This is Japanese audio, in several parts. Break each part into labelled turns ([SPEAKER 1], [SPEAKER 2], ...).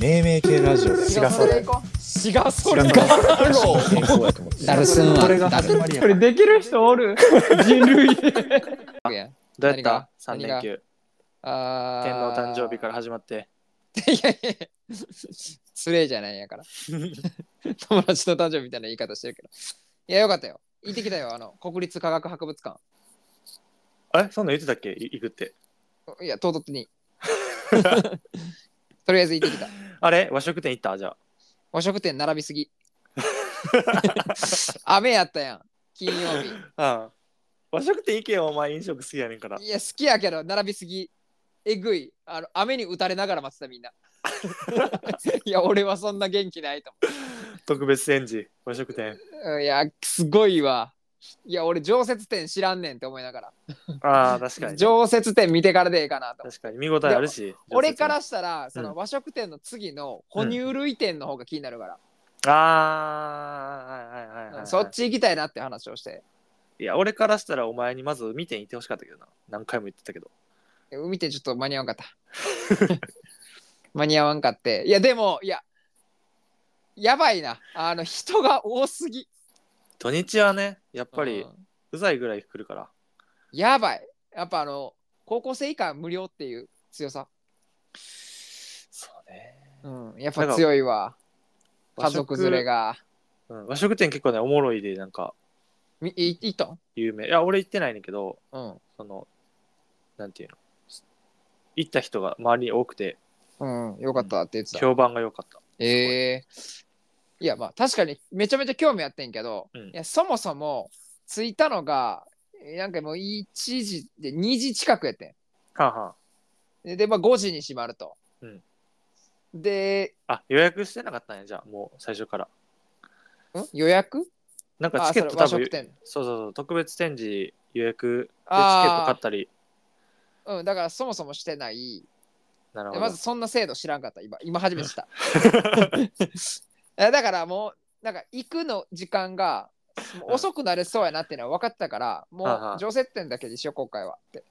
[SPEAKER 1] 命名系ラジオだよ
[SPEAKER 2] 違うそれ行こ
[SPEAKER 3] 違うそれ
[SPEAKER 1] 違う
[SPEAKER 3] ガーロー
[SPEAKER 1] 健康やと思って
[SPEAKER 4] ダルスン
[SPEAKER 2] これ
[SPEAKER 4] は
[SPEAKER 2] が
[SPEAKER 4] ダル
[SPEAKER 2] 始まりや
[SPEAKER 3] これできる人おる人類
[SPEAKER 2] どうやった三
[SPEAKER 3] 何が
[SPEAKER 2] 連休
[SPEAKER 3] あー
[SPEAKER 2] 天皇誕生日から始まって
[SPEAKER 3] いやいやいや失礼じゃないんやから 友達の誕生日みたいな言い方してるけどいやよかったよ行ってきたよあの国立科学博物館
[SPEAKER 2] えそんなん言ってたっけい行くって
[SPEAKER 3] いや唐突に とりあえず行ってきた
[SPEAKER 2] あれ和食店行ったじゃあ
[SPEAKER 3] 和食店並びすぎ 雨やったやん金曜日
[SPEAKER 2] うん和食店行けよお前飲食好きやねんから
[SPEAKER 3] いや、好きやけど、並びすぎ。えぐい。あの雨に打たれながら待ってたみんな。 いや、俺はそんな元気ないと
[SPEAKER 2] 特別園児和食 店
[SPEAKER 3] 思う。いや、すごいわ。いや、俺、常設店知らんねんって思いなが。
[SPEAKER 2] ああ確からに
[SPEAKER 3] 常設店見てからでええかなと思う。
[SPEAKER 2] 確かに見応えあるし
[SPEAKER 3] 俺からしたら、その
[SPEAKER 2] うん
[SPEAKER 3] 和食店の次の哺乳類店の方が気になるから、
[SPEAKER 2] ああーはいはいはい、はい、
[SPEAKER 3] そっち行きたいなって話をして、
[SPEAKER 2] いや俺からしたらお前にまず見て行ってほしかったけどな何回も言ってたけど
[SPEAKER 3] 海店ちょっと間に合わんか った。間に合わんかって。いや、でも、いや、やばいな。あの、人が多すぎ。
[SPEAKER 2] 土日はねや
[SPEAKER 3] や
[SPEAKER 2] っぱりうざいぐらい来るから
[SPEAKER 3] やばい。やっぱあの、高校生以下無料っていう強さ。
[SPEAKER 2] そうね、
[SPEAKER 3] うん、やっぱ強いわ。
[SPEAKER 2] 和
[SPEAKER 3] 家
[SPEAKER 2] 食
[SPEAKER 3] 族連れが。
[SPEAKER 2] うん、和食店結構ねおもろいでなんか
[SPEAKER 3] みいいったん
[SPEAKER 2] 有名いや俺行ってないねんけど
[SPEAKER 3] うん。
[SPEAKER 2] そのなんていうの行った人が周りに多くて
[SPEAKER 3] うん、よかったって言ってた。
[SPEAKER 2] 評判が良かった
[SPEAKER 3] ええいや、まあ確かにめちゃめちゃ興味あってんけど、
[SPEAKER 2] うん
[SPEAKER 3] いやそもそも着いたのが、なんかもう1時で2時近くやって
[SPEAKER 2] はあは
[SPEAKER 3] ん。で、でまあ、5時に閉まると。
[SPEAKER 2] うん
[SPEAKER 3] で、
[SPEAKER 2] ああ予約してなかったんやじゃあもう最初から
[SPEAKER 3] ん予約
[SPEAKER 2] なんか
[SPEAKER 3] あ
[SPEAKER 2] チケット
[SPEAKER 3] それ
[SPEAKER 2] 多
[SPEAKER 3] 和
[SPEAKER 2] 分
[SPEAKER 3] 食店。
[SPEAKER 2] そうそうそう特別展示予約でチケット買
[SPEAKER 3] あ
[SPEAKER 2] ったり
[SPEAKER 3] あ、うん、だからそもそもしてない。
[SPEAKER 2] なるほ
[SPEAKER 3] え
[SPEAKER 2] ど、
[SPEAKER 3] まずそんな制度知らんかった今今初めて した えだからもうなんか行くの時間がもう遅くなれそうやなっていうのは分かってたからも
[SPEAKER 2] はいは
[SPEAKER 3] う
[SPEAKER 2] い
[SPEAKER 3] 常設店だけにしよう今回はって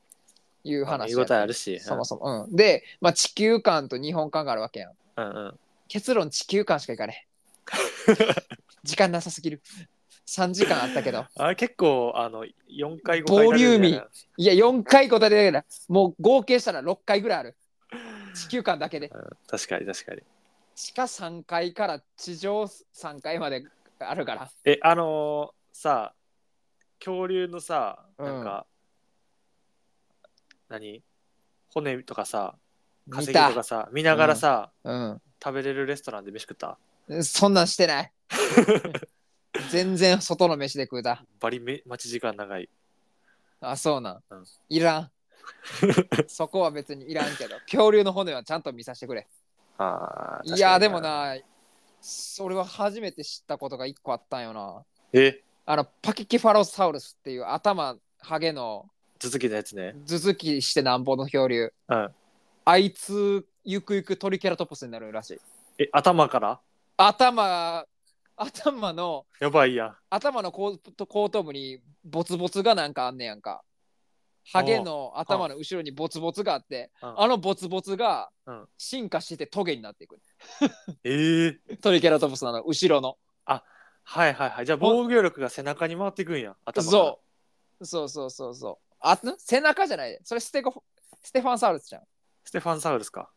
[SPEAKER 3] いう
[SPEAKER 2] まあ
[SPEAKER 3] 話
[SPEAKER 2] 見
[SPEAKER 3] や
[SPEAKER 2] 応え
[SPEAKER 3] ね
[SPEAKER 2] あるし
[SPEAKER 3] そもそも、うん、で、まあ、地球感と日本感があるわけやん
[SPEAKER 2] うんうん
[SPEAKER 3] 結論地球感しかいかね え時間なさすぎる3時間あったけど
[SPEAKER 2] あ結構あの4回5回
[SPEAKER 3] ボリューミー
[SPEAKER 2] なるんじ
[SPEAKER 3] いや4回答えてたからもう合計したら6回ぐらいある地球感だけで
[SPEAKER 2] ゃないうん確かに確かに
[SPEAKER 3] 地下3階から地上3階まであるから。
[SPEAKER 2] えあのーさ恐竜のさなんか、何骨とかさ化
[SPEAKER 3] 見
[SPEAKER 2] 石と
[SPEAKER 3] た
[SPEAKER 2] か。さ見ながらさ、
[SPEAKER 3] う
[SPEAKER 2] 食べれるレストランで飯食った
[SPEAKER 3] ん。そんなんしてない。全然外の飯で食うた。
[SPEAKER 2] バリめ待ち時間長い
[SPEAKER 3] あ、そうなん
[SPEAKER 2] うん。
[SPEAKER 3] いらん。そこは別にいらんけど、恐竜の骨はちゃんと見させてくれ。
[SPEAKER 2] あ
[SPEAKER 3] いや、でもな、それは初めて知ったことが1個あったんよな。
[SPEAKER 2] え
[SPEAKER 3] あの、パキキファロサウルスっていう頭、ハゲの
[SPEAKER 2] 続きのやつね
[SPEAKER 3] 頭突きしてなんぼの恐竜。
[SPEAKER 2] うん
[SPEAKER 3] あいつ、ゆくゆくトリケラトプスになるらしい。
[SPEAKER 2] え頭から
[SPEAKER 3] 頭頭の
[SPEAKER 2] やばいやん
[SPEAKER 3] 頭の後後頭部にボツボツがなんかあんねやんかハゲの頭の後ろにボツボツがあって
[SPEAKER 2] うん
[SPEAKER 3] あのボツボツが
[SPEAKER 2] うん
[SPEAKER 3] 進化しててトゲになっていく
[SPEAKER 2] えー、
[SPEAKER 3] トリケラトプスなの後ろの
[SPEAKER 2] はいはいはいじゃあ防御力が背中に回っていくんや頭から
[SPEAKER 3] そうそうそうそうそうあん背中じゃないそれステゴステファンサウルスじゃん
[SPEAKER 2] ステファンサウルスか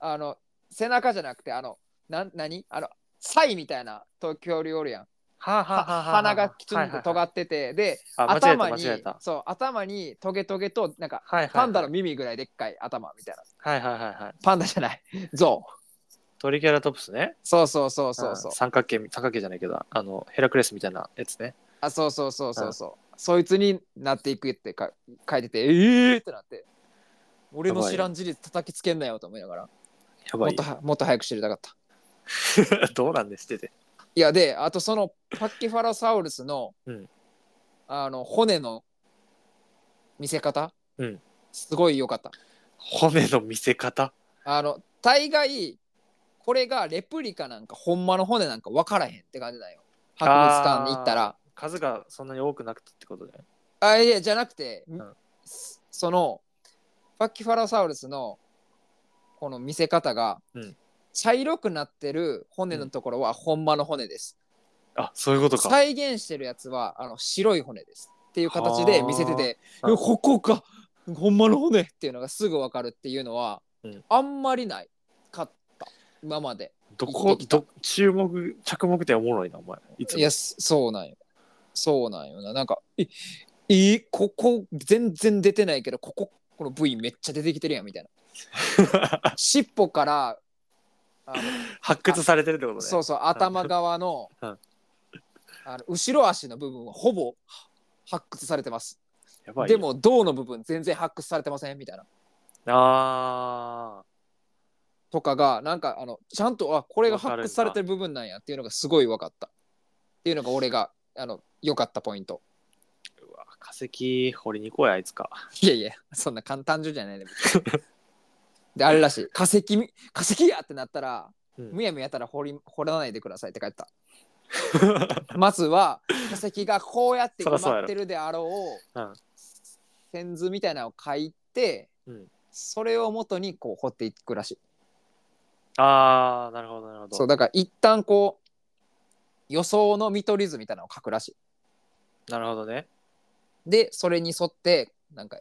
[SPEAKER 3] あの背中じゃなくてあのなん何あのサイみたいな東京竜おるやん
[SPEAKER 2] はあ、はあはあはあはあ、
[SPEAKER 3] 鼻がきつんと尖
[SPEAKER 2] っ
[SPEAKER 3] っててで
[SPEAKER 2] あ間違えた
[SPEAKER 3] 頭に
[SPEAKER 2] 間違えた
[SPEAKER 3] そう頭にトゲトゲとなんか
[SPEAKER 2] はいはいはい
[SPEAKER 3] パンダの耳ぐらいでっかい頭みたいな。
[SPEAKER 2] はいはいはいはい
[SPEAKER 3] パンダじゃない。 ゾウ。
[SPEAKER 2] トリケラトプスね。
[SPEAKER 3] そうそうそうそうそううん
[SPEAKER 2] 三角形三角形じゃないけどあのヘラクレスみたいなやつね
[SPEAKER 3] あ、そうそうそうそうそう。そいつになっていくってか書いてて、ええー、ってなって。俺の知らん事実叩きつけんなよと思いながら。
[SPEAKER 2] や
[SPEAKER 3] も
[SPEAKER 2] ば
[SPEAKER 3] っ
[SPEAKER 2] い
[SPEAKER 3] とはもっと早く知りたかった。
[SPEAKER 2] どうなんでしてて
[SPEAKER 3] いや、で、あとそのパッキファラサウルスの、
[SPEAKER 2] うん
[SPEAKER 3] あの骨の見せ方、
[SPEAKER 2] うん
[SPEAKER 3] すごい良かった。
[SPEAKER 2] 骨の見せ方
[SPEAKER 3] あの大概これがレプリカなんかほんまの骨なんか分からへんって感じだよ博物館に行ったら
[SPEAKER 2] 数がそんなに多くなくてってことだよね
[SPEAKER 3] あいやじゃなくて、
[SPEAKER 2] ん
[SPEAKER 3] そのパッキファラサウルスのこの見せ方が、
[SPEAKER 2] うん
[SPEAKER 3] 茶色くなってる骨のところは本場の骨です。
[SPEAKER 2] あ、そういうことか。
[SPEAKER 3] 再現してるやつはあの白い骨ですっていう形で見せてて「
[SPEAKER 2] はあ
[SPEAKER 3] えここかほんまの骨」っていうのがすぐ分かるっていうのは、
[SPEAKER 2] うん
[SPEAKER 3] あんまりないかった今まで
[SPEAKER 2] どこ
[SPEAKER 3] 行ってきた
[SPEAKER 2] ど注目着目点おもろいなお前いつ
[SPEAKER 3] い
[SPEAKER 2] も
[SPEAKER 3] やそそうなんよそうなんよななんか「ええここ全然出てないけどこここの部位めっちゃ出てきてるやん」みたい な尻尾からあの
[SPEAKER 2] 発掘されてるってことね
[SPEAKER 3] そうそう頭側の
[SPEAKER 2] うん
[SPEAKER 3] あの後ろ足の部分はほぼ発掘されてます
[SPEAKER 2] やばい
[SPEAKER 3] で
[SPEAKER 2] よ
[SPEAKER 3] も銅の部分全然発掘されてませんみたいな
[SPEAKER 2] あ
[SPEAKER 3] とかがなんかあのちゃんとあこれが
[SPEAKER 2] わかる
[SPEAKER 3] 発掘されてる部分なんやっていうのがすごい分かったっていうのが俺があの良かったポイント
[SPEAKER 2] ーうわ化石掘りに行こうやあいつか
[SPEAKER 3] いやいやそんな簡単じゃないねであれ らしい化石み化石やってなったら、
[SPEAKER 2] うん
[SPEAKER 3] むやみやたら掘り掘らないでくださいって書いてた まずは化石がこうやって
[SPEAKER 2] そら
[SPEAKER 3] 埋
[SPEAKER 2] そうや
[SPEAKER 3] ま
[SPEAKER 2] ろ
[SPEAKER 3] ってるであろう
[SPEAKER 2] うん
[SPEAKER 3] 線図みたいなのを書いて、
[SPEAKER 2] うん
[SPEAKER 3] それを元にこう掘っていくらしい
[SPEAKER 2] あーなるほどなるほど
[SPEAKER 3] そうだから一旦こう予想の見取り図みたいなのを書くらし
[SPEAKER 2] なるほどね
[SPEAKER 3] いでそれに沿ってなんか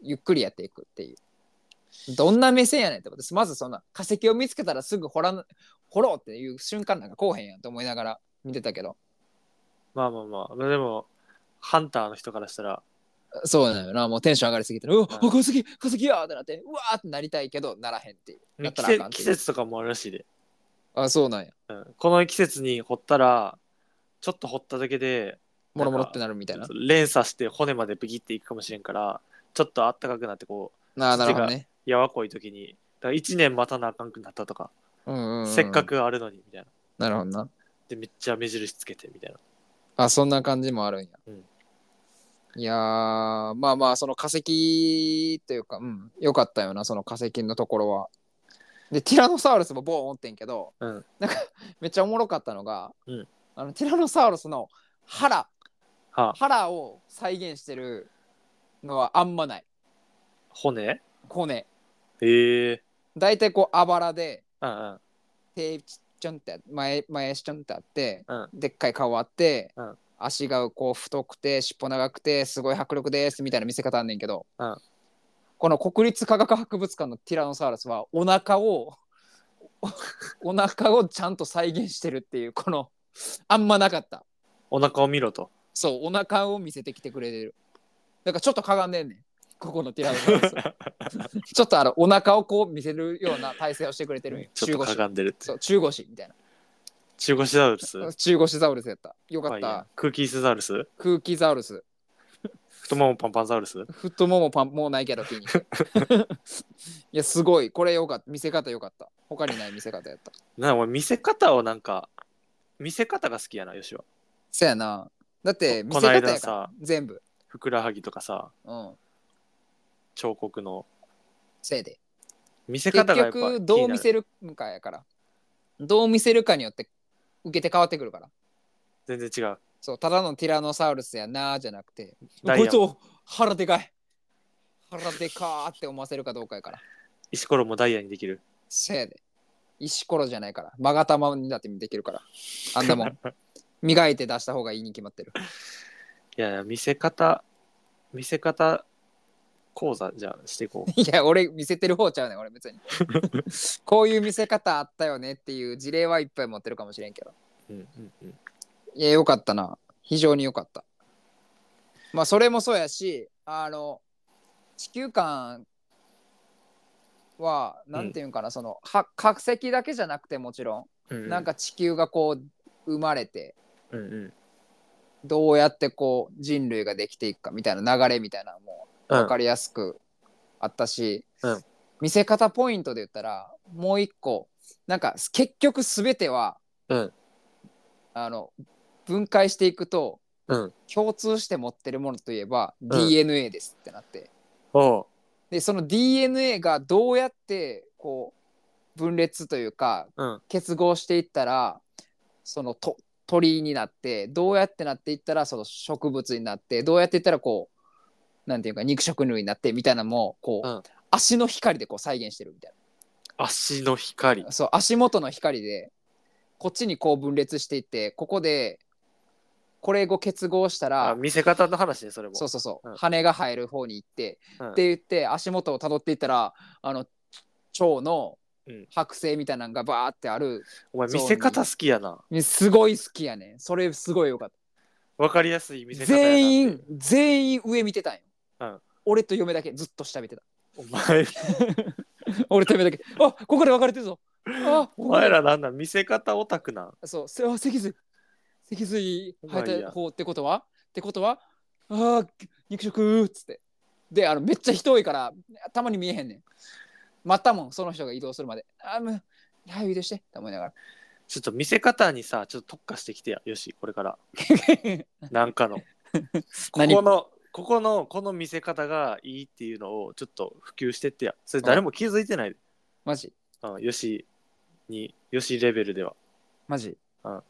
[SPEAKER 3] ゆっくりやっていくっていうどんな目線やねんってことですまずそんな化石を見つけたらすぐ掘らな掘ろうっていう瞬間なんかこうへんやんと思いながら見てたけど
[SPEAKER 2] まあまあまあでもハンターの人からしたら
[SPEAKER 3] そうなのよなもうテンション上がりすぎてうわあ
[SPEAKER 2] うん
[SPEAKER 3] 化石化石やーってなってうわーってなりたいけどならへんっていうだったらあ
[SPEAKER 2] 季
[SPEAKER 3] かん
[SPEAKER 2] 節
[SPEAKER 3] ってい
[SPEAKER 2] 季
[SPEAKER 3] う
[SPEAKER 2] 節とかもあるらしいで、
[SPEAKER 3] あそうなんや
[SPEAKER 2] うん、この季節に掘ったらちょっと掘っただけで
[SPEAKER 3] もろもろってなるみたいな
[SPEAKER 2] 連鎖して骨までビキっていくかもしれんからちょっとあったかくなってこう
[SPEAKER 3] あーなるほどね
[SPEAKER 2] やわこい時にだから1年待たなあかんくなったとか、
[SPEAKER 3] うんうんうん
[SPEAKER 2] せっかくあるのにみたいな
[SPEAKER 3] なるほどな
[SPEAKER 2] でめっちゃ目印つけてみたいな
[SPEAKER 3] あそんな感じもあるんや。
[SPEAKER 2] うん
[SPEAKER 3] いやーまあまあその化石というかうんよかったよなその化石のところは。でティラノサウルスもボーンおってんけど、
[SPEAKER 2] うん
[SPEAKER 3] なんかめっちゃおもろかったのが、
[SPEAKER 2] うん
[SPEAKER 3] あのティラノサウルスの腹
[SPEAKER 2] はあ
[SPEAKER 3] 腹を再現してるのはあんまない
[SPEAKER 2] 骨
[SPEAKER 3] 骨。
[SPEAKER 2] ええ
[SPEAKER 3] だいたいこうあばらで
[SPEAKER 2] うん
[SPEAKER 3] 手ちょんって前前足ちょんってあって、
[SPEAKER 2] うん
[SPEAKER 3] でっかい顔あって、
[SPEAKER 2] うん
[SPEAKER 3] 足がこう太くて尻尾長くてすごい迫力ですみたいな見せ方あんねんけど、
[SPEAKER 2] うん
[SPEAKER 3] この国立科学博物館のティラノサウルスはお腹をお お腹をちゃんと再現してるっていうこのあんまなかった
[SPEAKER 2] お腹を見ろと
[SPEAKER 3] そうお腹を見せてきてくれてるだからちょっとかがんでんねんここのティラノサウル スちょっとあのお腹をこう見せるような体勢をしてくれてるんよ
[SPEAKER 2] ちょっ
[SPEAKER 3] 中
[SPEAKER 2] と
[SPEAKER 3] 腰
[SPEAKER 2] かがんでるって
[SPEAKER 3] そう中腰みたいな。
[SPEAKER 2] 中腰ザウルス
[SPEAKER 3] 中腰ザウルスやった。よか
[SPEAKER 2] まあ
[SPEAKER 3] っ
[SPEAKER 2] いいや
[SPEAKER 3] た。
[SPEAKER 2] 空気椅子ザウルス
[SPEAKER 3] 空気ザウルス。
[SPEAKER 2] 太ももパンパンザウルス
[SPEAKER 3] 太ももパンもうないけど 筋肉。いや、すごい。これよかった。見せ方よかった。他にない見せ方やった。
[SPEAKER 2] なあお前見せ方をなんか見せ方が好きやなよしは
[SPEAKER 3] そやな。だって見
[SPEAKER 2] こ
[SPEAKER 3] せ
[SPEAKER 2] こ
[SPEAKER 3] 方や
[SPEAKER 2] の間
[SPEAKER 3] から
[SPEAKER 2] さ。
[SPEAKER 3] 全部。
[SPEAKER 2] ふくらはぎとかさ
[SPEAKER 3] うん。
[SPEAKER 2] 彫刻の
[SPEAKER 3] せいで。
[SPEAKER 2] 見せ
[SPEAKER 3] 結
[SPEAKER 2] 方がやっぱ
[SPEAKER 3] 局、どう見
[SPEAKER 2] る
[SPEAKER 3] せるかやから。どう見せるかによって受けて変わってくるから。
[SPEAKER 2] 全然違う
[SPEAKER 3] そう、ただのティラノサウルスやなーじゃなくて、
[SPEAKER 2] ダイ
[SPEAKER 3] こい
[SPEAKER 2] ヤ
[SPEAKER 3] つ
[SPEAKER 2] モン
[SPEAKER 3] を腹でかい。腹でかーって思わせるかどうかやから。
[SPEAKER 2] 石ころもダイヤにできる
[SPEAKER 3] せやで。石ころじゃないから。まがたまにだってできるから。あんな もん。磨いて出した方がいいに決まってる。
[SPEAKER 2] いやいや見せ方見せ方講座じゃあしていこう
[SPEAKER 3] いや、俺見せてる方ちゃうねん、俺別 に。こういう見せ方あったよねっていう事例はいっぱい持ってるかもしれんけど。
[SPEAKER 2] うんうんうん
[SPEAKER 3] いや、よかったな。非常によかった。まあ、それもそうやし、あの、地球館は、なんていうんかな、その、は 化石だけじゃなくてもちろ、
[SPEAKER 2] うんうんん
[SPEAKER 3] なんか地球がこう、生まれて、
[SPEAKER 2] うんうん
[SPEAKER 3] どうやってこう人類ができていくかみたいな流れみたいなのも
[SPEAKER 2] う
[SPEAKER 3] 分
[SPEAKER 2] ん
[SPEAKER 3] かりやすくあったし、
[SPEAKER 2] うん
[SPEAKER 3] 見せ方ポイントで言ったらもう一個なんか結局全ては、
[SPEAKER 2] うん
[SPEAKER 3] あの分解していくと、
[SPEAKER 2] うん
[SPEAKER 3] 共通して持ってるものといえば
[SPEAKER 2] ん
[SPEAKER 3] DNA ですってなって
[SPEAKER 2] おう
[SPEAKER 3] でその DNA がどうやってこう分裂というか
[SPEAKER 2] うん
[SPEAKER 3] 結合していったらそのと鳥になってどうやってなっていったらその植物になってどうやっていったらこうなんていうか肉食類になってみたいなのもこう、
[SPEAKER 2] うん
[SPEAKER 3] 足の光でこう再現してるみたい
[SPEAKER 2] 足の光。
[SPEAKER 3] そう足元の光でこっちにこう分裂していってここでこれを結合した
[SPEAKER 2] あ、
[SPEAKER 3] ら
[SPEAKER 2] 見せ方の話ね、それも。
[SPEAKER 3] そうそうそう、
[SPEAKER 2] うん
[SPEAKER 3] 羽が入る方に行って、
[SPEAKER 2] うん
[SPEAKER 3] って言って足元をたどっていったらあの蝶の
[SPEAKER 2] うん
[SPEAKER 3] 剥製みたいなのがバーってある、
[SPEAKER 2] お前、見せ方好きやな。
[SPEAKER 3] すごい好きやねんそれすごいよかっ
[SPEAKER 2] わかりやすい見
[SPEAKER 3] た
[SPEAKER 2] せ方やなって。
[SPEAKER 3] 全員全員上見てたんよ、
[SPEAKER 2] うん
[SPEAKER 3] 俺と嫁だけずっと下見てた
[SPEAKER 2] お前、
[SPEAKER 3] 俺と嫁だけあここで別れてるぞあ
[SPEAKER 2] お前らなんなん見せ方オタクなん。
[SPEAKER 3] そう、せあ脊髄。脊髄
[SPEAKER 2] まあ
[SPEAKER 3] 生え
[SPEAKER 2] いい
[SPEAKER 3] た
[SPEAKER 2] や
[SPEAKER 3] 方ってことはってことはあー肉食っつって。で、あのめっちゃ人多いから、たまに見えへんねん。待ったもん、その人が移動するまで。あーもう、早く移動して、と思いながら。
[SPEAKER 2] ちょっと見せ方にさ、ちょっと特化してきてや。よし、これから。なんかの。こ
[SPEAKER 3] 何
[SPEAKER 2] この、ここの、この見せ方がいいっていうのをちょっと普及してってや。それ誰も気づいてない。
[SPEAKER 3] マジ
[SPEAKER 2] うん、よしに、よしレベルでは。
[SPEAKER 3] マジ、
[SPEAKER 2] うん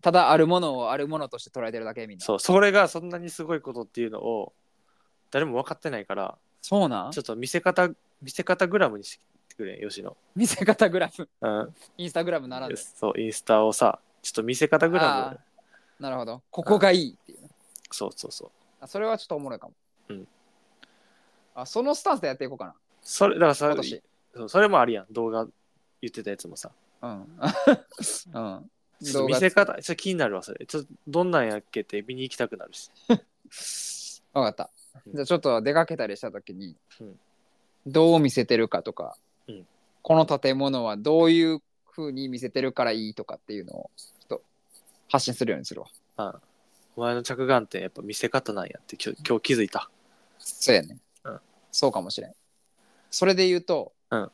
[SPEAKER 3] ただあるものをあるものとして捉えてるだけみんな。
[SPEAKER 2] そう、それがそんなにすごいことっていうのを、誰も分かってないから、
[SPEAKER 3] そうなん
[SPEAKER 2] ちょっと見せ方、見せ方グラムにしてくれ、よしの。
[SPEAKER 3] 見せ方グラム。
[SPEAKER 2] うん。
[SPEAKER 3] インスタグラムならぬ。
[SPEAKER 2] そう、インスタをさ、ちょっと見せ方グラムを
[SPEAKER 3] あ。なるほど。ここがいいっていう。
[SPEAKER 2] そうそうそう。
[SPEAKER 3] あそれはちょっとおもろいかも。
[SPEAKER 2] うん
[SPEAKER 3] あそのスタンスでやっていこうかな。
[SPEAKER 2] それ、だからさ
[SPEAKER 3] 今、年。
[SPEAKER 2] そうそれもあるやん、動画言ってたやつもさ。
[SPEAKER 3] うん。うん。
[SPEAKER 2] ちょっ
[SPEAKER 3] 動
[SPEAKER 2] と見
[SPEAKER 3] 画
[SPEAKER 2] せ方、ちょっと気になるわ、それ。ちょっとどんなんやっけって見に行きたくなるし。
[SPEAKER 3] わかった。じゃあちょっと出かけたりした時に、
[SPEAKER 2] うん
[SPEAKER 3] どう見せてるかとか、
[SPEAKER 2] うん
[SPEAKER 3] この建物はどういう風に見せてるからいいとかっていうのをちょっと発信するようにするわ。
[SPEAKER 2] うん。お前の着眼点、やっぱ見せ方なんやって今日今日気づいた。
[SPEAKER 3] そうやね。
[SPEAKER 2] うん
[SPEAKER 3] そうかもしれん。それで言うと、
[SPEAKER 2] うん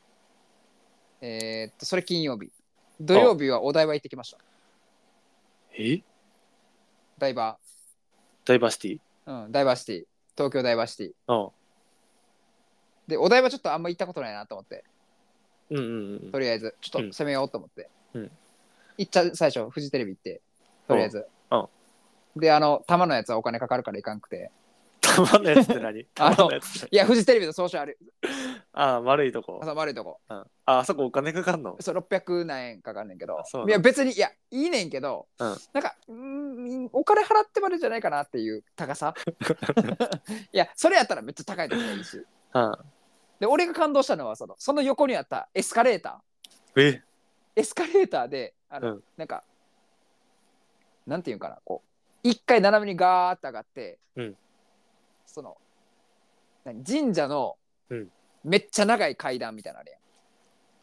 [SPEAKER 3] えーっと、それ金曜日。土曜日はお台場行ってきました。
[SPEAKER 2] え
[SPEAKER 3] お台場、
[SPEAKER 2] ダイバーシティ
[SPEAKER 3] うん、ダイバーシティ、東京ダイバーシティ。
[SPEAKER 2] うん。
[SPEAKER 3] で、お台場ちょっとあんま行ったことないなと思って。
[SPEAKER 2] うんうん うん
[SPEAKER 3] とりあえず、ちょっ
[SPEAKER 2] うん
[SPEAKER 3] と攻めようと思って。
[SPEAKER 2] うん
[SPEAKER 3] 行っちゃ最初、フジテレビ行って、とりあえず。
[SPEAKER 2] うん
[SPEAKER 3] で、あの、玉のやつはお金かかるから行かんくて。
[SPEAKER 2] 玉のやつって何
[SPEAKER 3] あの
[SPEAKER 2] 玉のやつっ
[SPEAKER 3] い
[SPEAKER 2] て
[SPEAKER 3] や、フジテレビの総称ある。
[SPEAKER 2] ああ、悪いとこ。
[SPEAKER 3] あ悪いとこ。
[SPEAKER 2] うん、ああそこお金かか んの
[SPEAKER 3] そう、600何円かかんねんけど
[SPEAKER 2] あそうな。ん
[SPEAKER 3] い
[SPEAKER 2] だ
[SPEAKER 3] や、別に、いや、いいねんけど、
[SPEAKER 2] うん
[SPEAKER 3] なんか、うーん、お金払ってまでじゃないかなっていう高さ。いや、それやったらめっちゃ高いとこがいいし。
[SPEAKER 2] うん。
[SPEAKER 3] で、俺が感動したのは、その、その横にあったエスカレーター。
[SPEAKER 2] え
[SPEAKER 3] エスカレーターであの、
[SPEAKER 2] うん
[SPEAKER 3] なんかなんていうんかなこう一回斜めにガーッと上がって、
[SPEAKER 2] うん
[SPEAKER 3] その何神社の、
[SPEAKER 2] うん
[SPEAKER 3] めっちゃ長い階段みたいなのあれ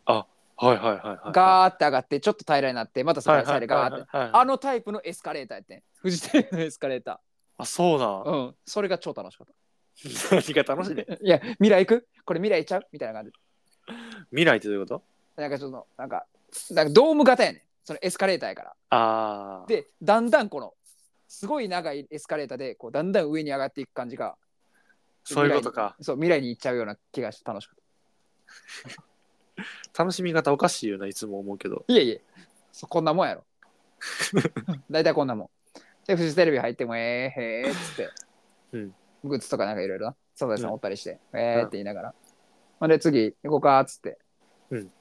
[SPEAKER 3] やん、
[SPEAKER 2] はいはいはいはい。
[SPEAKER 3] ガーッと上がってちょっと平らになってまたそ
[SPEAKER 2] は
[SPEAKER 3] れ
[SPEAKER 2] いは
[SPEAKER 3] 下
[SPEAKER 2] い
[SPEAKER 3] で
[SPEAKER 2] は
[SPEAKER 3] ガーッ
[SPEAKER 2] い
[SPEAKER 3] て、
[SPEAKER 2] はいはい。
[SPEAKER 3] あのタイプのエスカレーターやってんフジテレビのエスカレータ
[SPEAKER 2] あ、そうなん
[SPEAKER 3] ー、。うん、それが超楽しかっ
[SPEAKER 2] 何が楽しいね。
[SPEAKER 3] たいや未来行くこれ未来行っちゃうみたいな感じ
[SPEAKER 2] 未来ってどういうこと
[SPEAKER 3] なんかちょっとなんかなんかドーム型やねんそのエスカレーターやから
[SPEAKER 2] ああ。
[SPEAKER 3] でだんだんこのすごい長いエスカレーターでこうだんだん上に上がっていく感じが
[SPEAKER 2] そういうことか。
[SPEAKER 3] そう未来に行っちゃうような気がして楽しかっ
[SPEAKER 2] 楽しみ方おかしいよな、いつも思うけど。
[SPEAKER 3] たいえいえそこんなもん やろ大体こんなもんでフジテレビ入ってもええへえっつって、
[SPEAKER 2] うん
[SPEAKER 3] グッズとかなんかいろいろなサザエさんおったりして、ええ
[SPEAKER 2] う
[SPEAKER 3] っ
[SPEAKER 2] ん
[SPEAKER 3] て言いながら、ほん、で次行こうかっつって、
[SPEAKER 2] うん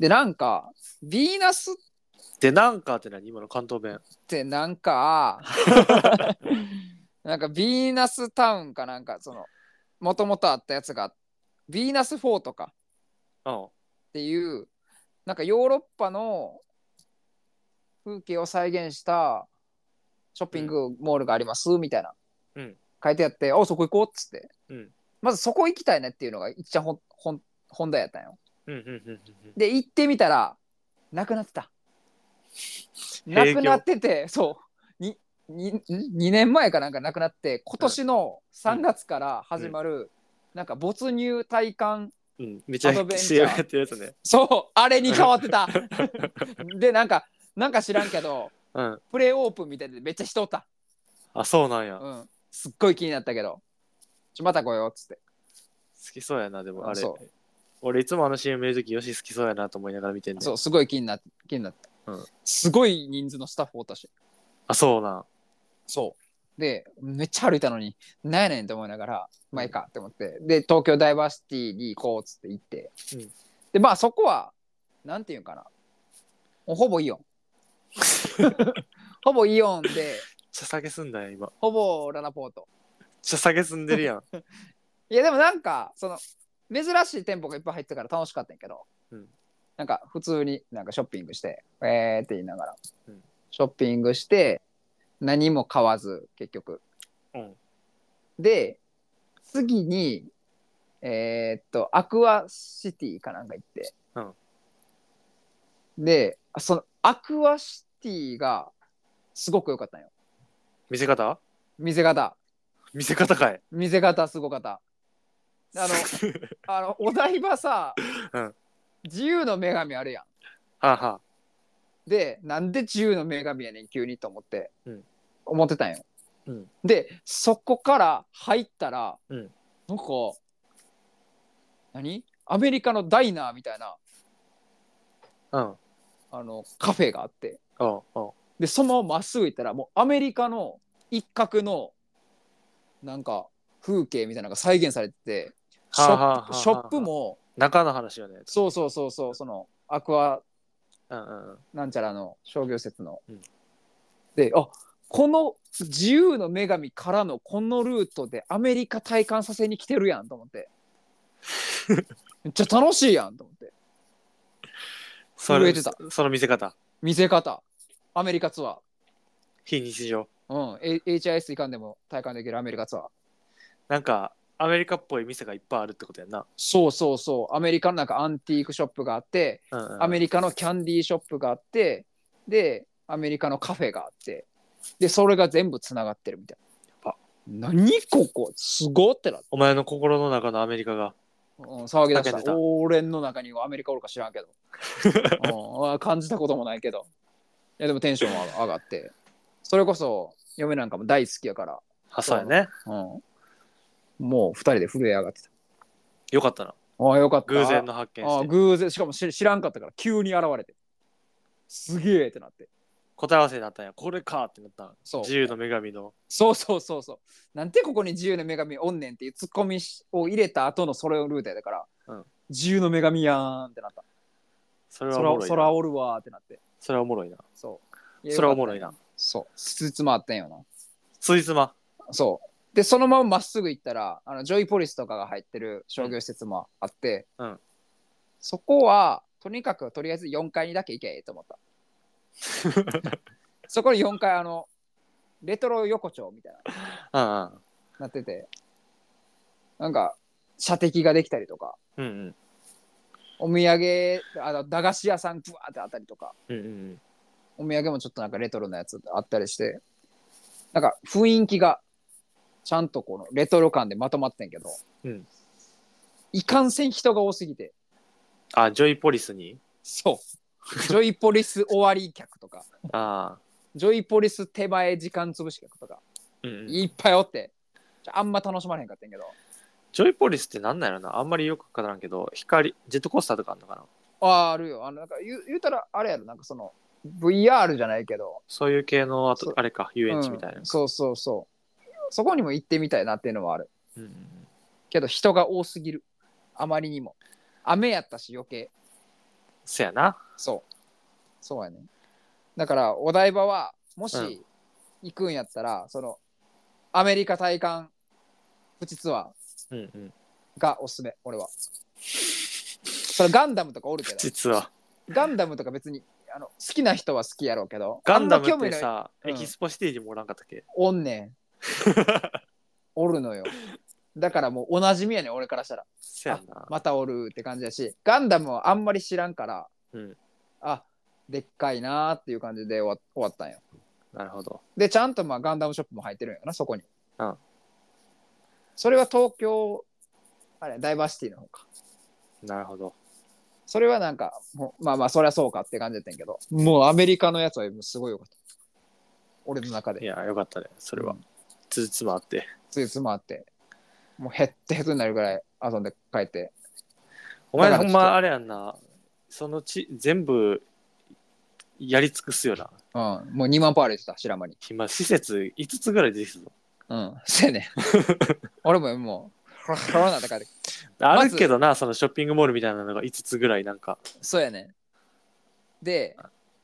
[SPEAKER 3] でなんかヴィーナスっ
[SPEAKER 2] で、なんかって何今の関東弁。
[SPEAKER 3] てなん かなんかヴィーナスタウンかなんかそのもともとあったやつがヴィーナス4とか
[SPEAKER 2] うん。
[SPEAKER 3] っていうなんかヨーロッパの風景を再現したショッピングモールがありますみたいな、
[SPEAKER 2] うん
[SPEAKER 3] 書いてあって「おそこ行こう」っつって、
[SPEAKER 2] うん
[SPEAKER 3] まずそこ行きたいねっていうのが一番本本本題やったんよ
[SPEAKER 2] うんうんうんうんうん。
[SPEAKER 3] で行ってみたらなくなってたな
[SPEAKER 2] 営業
[SPEAKER 3] くなっててそうににん2年前かなんかなくなって今年の3月から始まる、なんか没入体感
[SPEAKER 2] うん、めちゃ
[SPEAKER 3] アドベンチャー
[SPEAKER 2] CM やってるやつね。
[SPEAKER 3] そう、あれに変わって た。で、なんか、なんか知らんけど、
[SPEAKER 2] うん。
[SPEAKER 3] プレイオープンみたいでめっちゃ人おった。
[SPEAKER 2] あ、そうなんや。好
[SPEAKER 3] うん。すっごい気になったけど、ちょまた来ようっつって。
[SPEAKER 2] きそうやな、でもあれ
[SPEAKER 3] そ。
[SPEAKER 2] 俺いつもあの CM 見るとき、よし好きそうやなと思いながら見てんねん
[SPEAKER 3] そう、すごい気にな気になった、
[SPEAKER 2] うん
[SPEAKER 3] すごい人数のスタッフおったし。
[SPEAKER 2] あ、そうなん。
[SPEAKER 3] そう。で、めっちゃ歩いたのに、なんやねんと思いながら、まあいいかって思って、で、東京ダイバーシティに行こうっつって行って、
[SPEAKER 2] うん
[SPEAKER 3] でまあそこはなんていうんかなもうほぼイオン ほぼイオンで
[SPEAKER 2] ちゃ下げすんだよ、今。
[SPEAKER 3] ほぼララポート
[SPEAKER 2] ちゃ下げすんでるや ん。
[SPEAKER 3] いやでもなんかその珍しい店舗がいっぱい入ってたから楽しかったんやけど、
[SPEAKER 2] うん
[SPEAKER 3] なんか普通になんかショッピングしてえーって言いながら、
[SPEAKER 2] うん
[SPEAKER 3] ショッピングして何も買わず結局
[SPEAKER 2] うん。
[SPEAKER 3] で次にえーっとアクアシティかなんか行って、でそのアクアシティがすごく良かったんよ
[SPEAKER 2] 見せ方
[SPEAKER 3] 見せ方
[SPEAKER 2] 見せ方かい。
[SPEAKER 3] 見せ方すごかったあ のあのお台場さ、
[SPEAKER 2] うん
[SPEAKER 3] 自由の女神あるやん
[SPEAKER 2] はあ、は
[SPEAKER 3] でなんで自由の女神やねん急にと思って、
[SPEAKER 2] うん
[SPEAKER 3] 思ってたんよ、
[SPEAKER 2] うん
[SPEAKER 3] でそこから入ったら、
[SPEAKER 2] うん
[SPEAKER 3] なんか何アメリカのダイナーみたいな
[SPEAKER 2] あ、うん。
[SPEAKER 3] あのカフェがあって
[SPEAKER 2] うん。うん。
[SPEAKER 3] でそのまままっすぐ行ったらもうアメリカの一角のなんか風景みたいなのが再現されててショ
[SPEAKER 2] はあはあは
[SPEAKER 3] ッ
[SPEAKER 2] あはあ
[SPEAKER 3] プショップも
[SPEAKER 2] 中の話よね。
[SPEAKER 3] そうそうそうそうそのアクア
[SPEAKER 2] うんうんうん。
[SPEAKER 3] なんちゃらの商業施設の。
[SPEAKER 2] うん
[SPEAKER 3] であこの自由の女神からのこのルートでアメリカ体感させに来てるやんと思って めっちゃ楽しいやんと思って
[SPEAKER 2] そ
[SPEAKER 3] 震え
[SPEAKER 2] れ
[SPEAKER 3] てた
[SPEAKER 2] その見せ方。
[SPEAKER 3] 見せ方アメリカツア
[SPEAKER 2] 非日常。
[SPEAKER 3] ー、うん、A- HIS いかんでも体感できるアメリカツアー
[SPEAKER 2] なんか、アメリカっぽい店がいっぱいあるってことやんな。
[SPEAKER 3] そうそうそうアメリカのなんかアンティークショップがあって
[SPEAKER 2] うんうん、
[SPEAKER 3] アメリカのキャンディーショップがあってでアメリカのカフェがあってでそれが全部つながってるみたいな。あ何ここすごってなって、
[SPEAKER 2] お前の心の中のアメリカが。
[SPEAKER 3] うん、騒ぎ出
[SPEAKER 2] 叫
[SPEAKER 3] し
[SPEAKER 2] んで
[SPEAKER 3] た
[SPEAKER 2] た
[SPEAKER 3] 俺の中にはアメリカおるか知らんけど、うんあ、感じたこともないけどいやでもテンションは上がってそれこそ嫁なんかも大好きやから、
[SPEAKER 2] あ、そうやね。
[SPEAKER 3] うん、もう二人で震え上がってた
[SPEAKER 2] よかったな。
[SPEAKER 3] ああよかった
[SPEAKER 2] 偶然の発見
[SPEAKER 3] あ
[SPEAKER 2] し
[SPEAKER 3] あ
[SPEAKER 2] て。
[SPEAKER 3] 偶然しかも知知らんかったから急に現れてすげえってなって
[SPEAKER 2] 答え合わせになったんや。これかってなったん。
[SPEAKER 3] そう
[SPEAKER 2] 自由の女神の。
[SPEAKER 3] そうそうそうそうなんてここに自由の女神おんねんっていうツッコミを入れた後のそれをルートやだから、
[SPEAKER 2] うん
[SPEAKER 3] 自由の女神やーんってなった
[SPEAKER 2] それはおもろ
[SPEAKER 3] 空
[SPEAKER 2] い
[SPEAKER 3] 空
[SPEAKER 2] な。
[SPEAKER 3] おるわーってなって
[SPEAKER 2] それはおもろいな。
[SPEAKER 3] そう
[SPEAKER 2] それはおもろいな。
[SPEAKER 3] そうつつまあったんよな
[SPEAKER 2] ついつま。
[SPEAKER 3] そうでそのまままっすぐ行ったらあのジョイポリスとかが入ってる商業施設もあって、
[SPEAKER 2] うん
[SPEAKER 3] そこはとにかくとりあえず4階にだけ行けと 思ったそこに4階あのレトロ横丁みたいな
[SPEAKER 2] うんうん。
[SPEAKER 3] なっててなんか射的ができたりとか
[SPEAKER 2] うんうん。
[SPEAKER 3] お土産あの駄菓子屋さんブワーってあったりとか
[SPEAKER 2] うんうんうん。
[SPEAKER 3] お土産もちょっとなんかレトロなやつあったりしてなんか雰囲気がちゃんとこのレトロ感でまとまってんけど、
[SPEAKER 2] うん
[SPEAKER 3] いかんせん人が多すぎて
[SPEAKER 2] あ、ジョイポリスに
[SPEAKER 3] そうジョイポリス終わり客とか
[SPEAKER 2] ああ。
[SPEAKER 3] ジョイポリス手前時間潰し客とか
[SPEAKER 2] うんうん、
[SPEAKER 3] いっぱいおってちょあんま楽しまれへんかったんやけど
[SPEAKER 2] ジョイポリスってなんなんやろなあんまりよくわからんけど、光、ジェットコースターとかあんのかな
[SPEAKER 3] ああるよ。あの、なんか言う言うたら、あれやろ、なんかその、VR じゃないけど、
[SPEAKER 2] そういう系の、あ
[SPEAKER 3] そう
[SPEAKER 2] と、あれか、遊園地みたいな。
[SPEAKER 3] うんそうそうそう。そこにも行ってみたいなっていうのはある。
[SPEAKER 2] うんうんうん
[SPEAKER 3] けど、人が多すぎる。あまりにも。雨やったし、余計。
[SPEAKER 2] せやな。
[SPEAKER 3] そう。そうやね。だから、お台場は、も
[SPEAKER 2] うん
[SPEAKER 3] し行くんやったら、その、アメリカ体感プチツア
[SPEAKER 2] うんうん。
[SPEAKER 3] ーがおすすめ、俺は。それガンダムとかおるけど、
[SPEAKER 2] 実は、
[SPEAKER 3] ガンダムとか別にあの好きな人は好きやろうけど、
[SPEAKER 2] ガンダム
[SPEAKER 3] あんま興
[SPEAKER 2] っ
[SPEAKER 3] 味
[SPEAKER 2] て
[SPEAKER 3] ない
[SPEAKER 2] さ、
[SPEAKER 3] うん
[SPEAKER 2] エキスポシティにもおらんかったっけ、
[SPEAKER 3] おんねん。おるのよ。だからもうおなじみやねん、俺からしたら。
[SPEAKER 2] せやんな。
[SPEAKER 3] またおるって感じだし、ガンダムはあんまり知らんから、
[SPEAKER 2] うん。
[SPEAKER 3] あでっかいなーっていう感じで終わ終わったんよ。
[SPEAKER 2] なるほど。
[SPEAKER 3] で、ちゃんとまあガンダムショップも入ってるんよな、そこに。
[SPEAKER 2] うん。
[SPEAKER 3] それは東京、あれ、ダイバーシティの方か。
[SPEAKER 2] なるほど。
[SPEAKER 3] それはなんか、もうまあまあ、そりゃそうかって感じだったんやけど、もうアメリカのやつはすごいよかった。俺の中で
[SPEAKER 2] い。や、よかったね。それは。
[SPEAKER 3] うん
[SPEAKER 2] つつまあって。
[SPEAKER 3] ついつまって、もうへってへとになるぐらい遊んで帰って。
[SPEAKER 2] お前
[SPEAKER 3] だ
[SPEAKER 2] ら
[SPEAKER 3] から
[SPEAKER 2] ほん
[SPEAKER 3] ちょっと
[SPEAKER 2] まあれやんな。そのち、全部、やり尽くすよな。
[SPEAKER 3] うん、もう2万パー入れてた、白間に。
[SPEAKER 2] 今、施設5つぐらい出てきたぞ。
[SPEAKER 3] うん、せやねん。俺ももう、ほらほらなって帰って、
[SPEAKER 2] あ
[SPEAKER 3] ま
[SPEAKER 2] る
[SPEAKER 3] ず
[SPEAKER 2] けどな、そのショッピングモールみたいなのが5つぐらいなんか。
[SPEAKER 3] そうやね。で、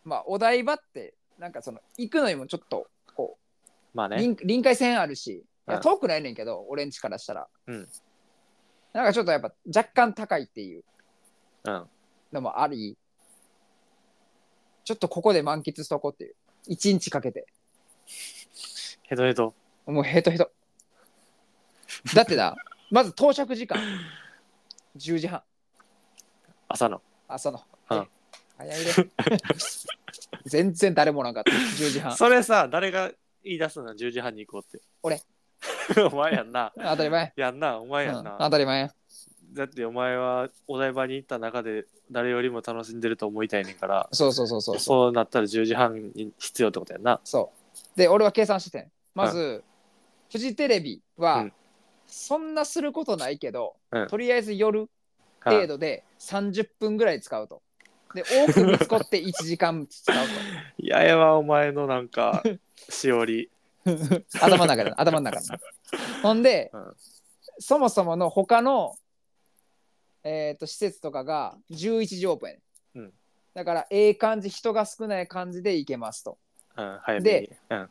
[SPEAKER 3] まあ、お台場って、なんかその、行くのにもちょっと、こ
[SPEAKER 2] まあ
[SPEAKER 3] う、
[SPEAKER 2] ね。
[SPEAKER 3] 臨臨海線あるし、いや
[SPEAKER 2] うん
[SPEAKER 3] 遠くないねんけど、俺んちからしたら。
[SPEAKER 2] うん
[SPEAKER 3] なんかちょっとやっぱ、若干高いっていう
[SPEAKER 2] うん。
[SPEAKER 3] のもあり、ちょっとここで満喫しとこうっていう。一日かけて。
[SPEAKER 2] ヘドヘド。
[SPEAKER 3] もうヘトヘト。だってな、まず到着時間、10時半、
[SPEAKER 2] 朝の。
[SPEAKER 3] 朝の。
[SPEAKER 2] うん
[SPEAKER 3] 早いで。全然誰もおらんかった、10時半。
[SPEAKER 2] それさ、誰が言い出すの ?10 時半に行こうって。
[SPEAKER 3] 俺。
[SPEAKER 2] お前やんな。
[SPEAKER 3] 当たり前。
[SPEAKER 2] やんな、お前
[SPEAKER 3] うん
[SPEAKER 2] やん
[SPEAKER 3] 当
[SPEAKER 2] な。
[SPEAKER 3] たり前。
[SPEAKER 2] だってお前はお台場に行った中で誰よりも楽しんでると思いたいねんから。
[SPEAKER 3] そうそうそうそうそう。
[SPEAKER 2] そうなったら10時半に必要ってことやんな。
[SPEAKER 3] そうで、俺は計算しててまず、フジテレビは、
[SPEAKER 2] うん
[SPEAKER 3] そんなすることないけど、
[SPEAKER 2] うん
[SPEAKER 3] とりあえず夜程
[SPEAKER 2] 度。
[SPEAKER 3] 度で30分ぐらい使うと。で、多く見つこって1時間使う
[SPEAKER 2] いややわ、お前のな んか、しおり。
[SPEAKER 3] と。頭の中でな、頭の中 でな。ほんで、
[SPEAKER 2] うん
[SPEAKER 3] そもそもの他の、えー、と施設とかが11時オープンやね、
[SPEAKER 2] うん
[SPEAKER 3] だから、ええ感じ、人が少ない感じで行けますと。
[SPEAKER 2] うん、早めに。
[SPEAKER 3] で
[SPEAKER 2] うん。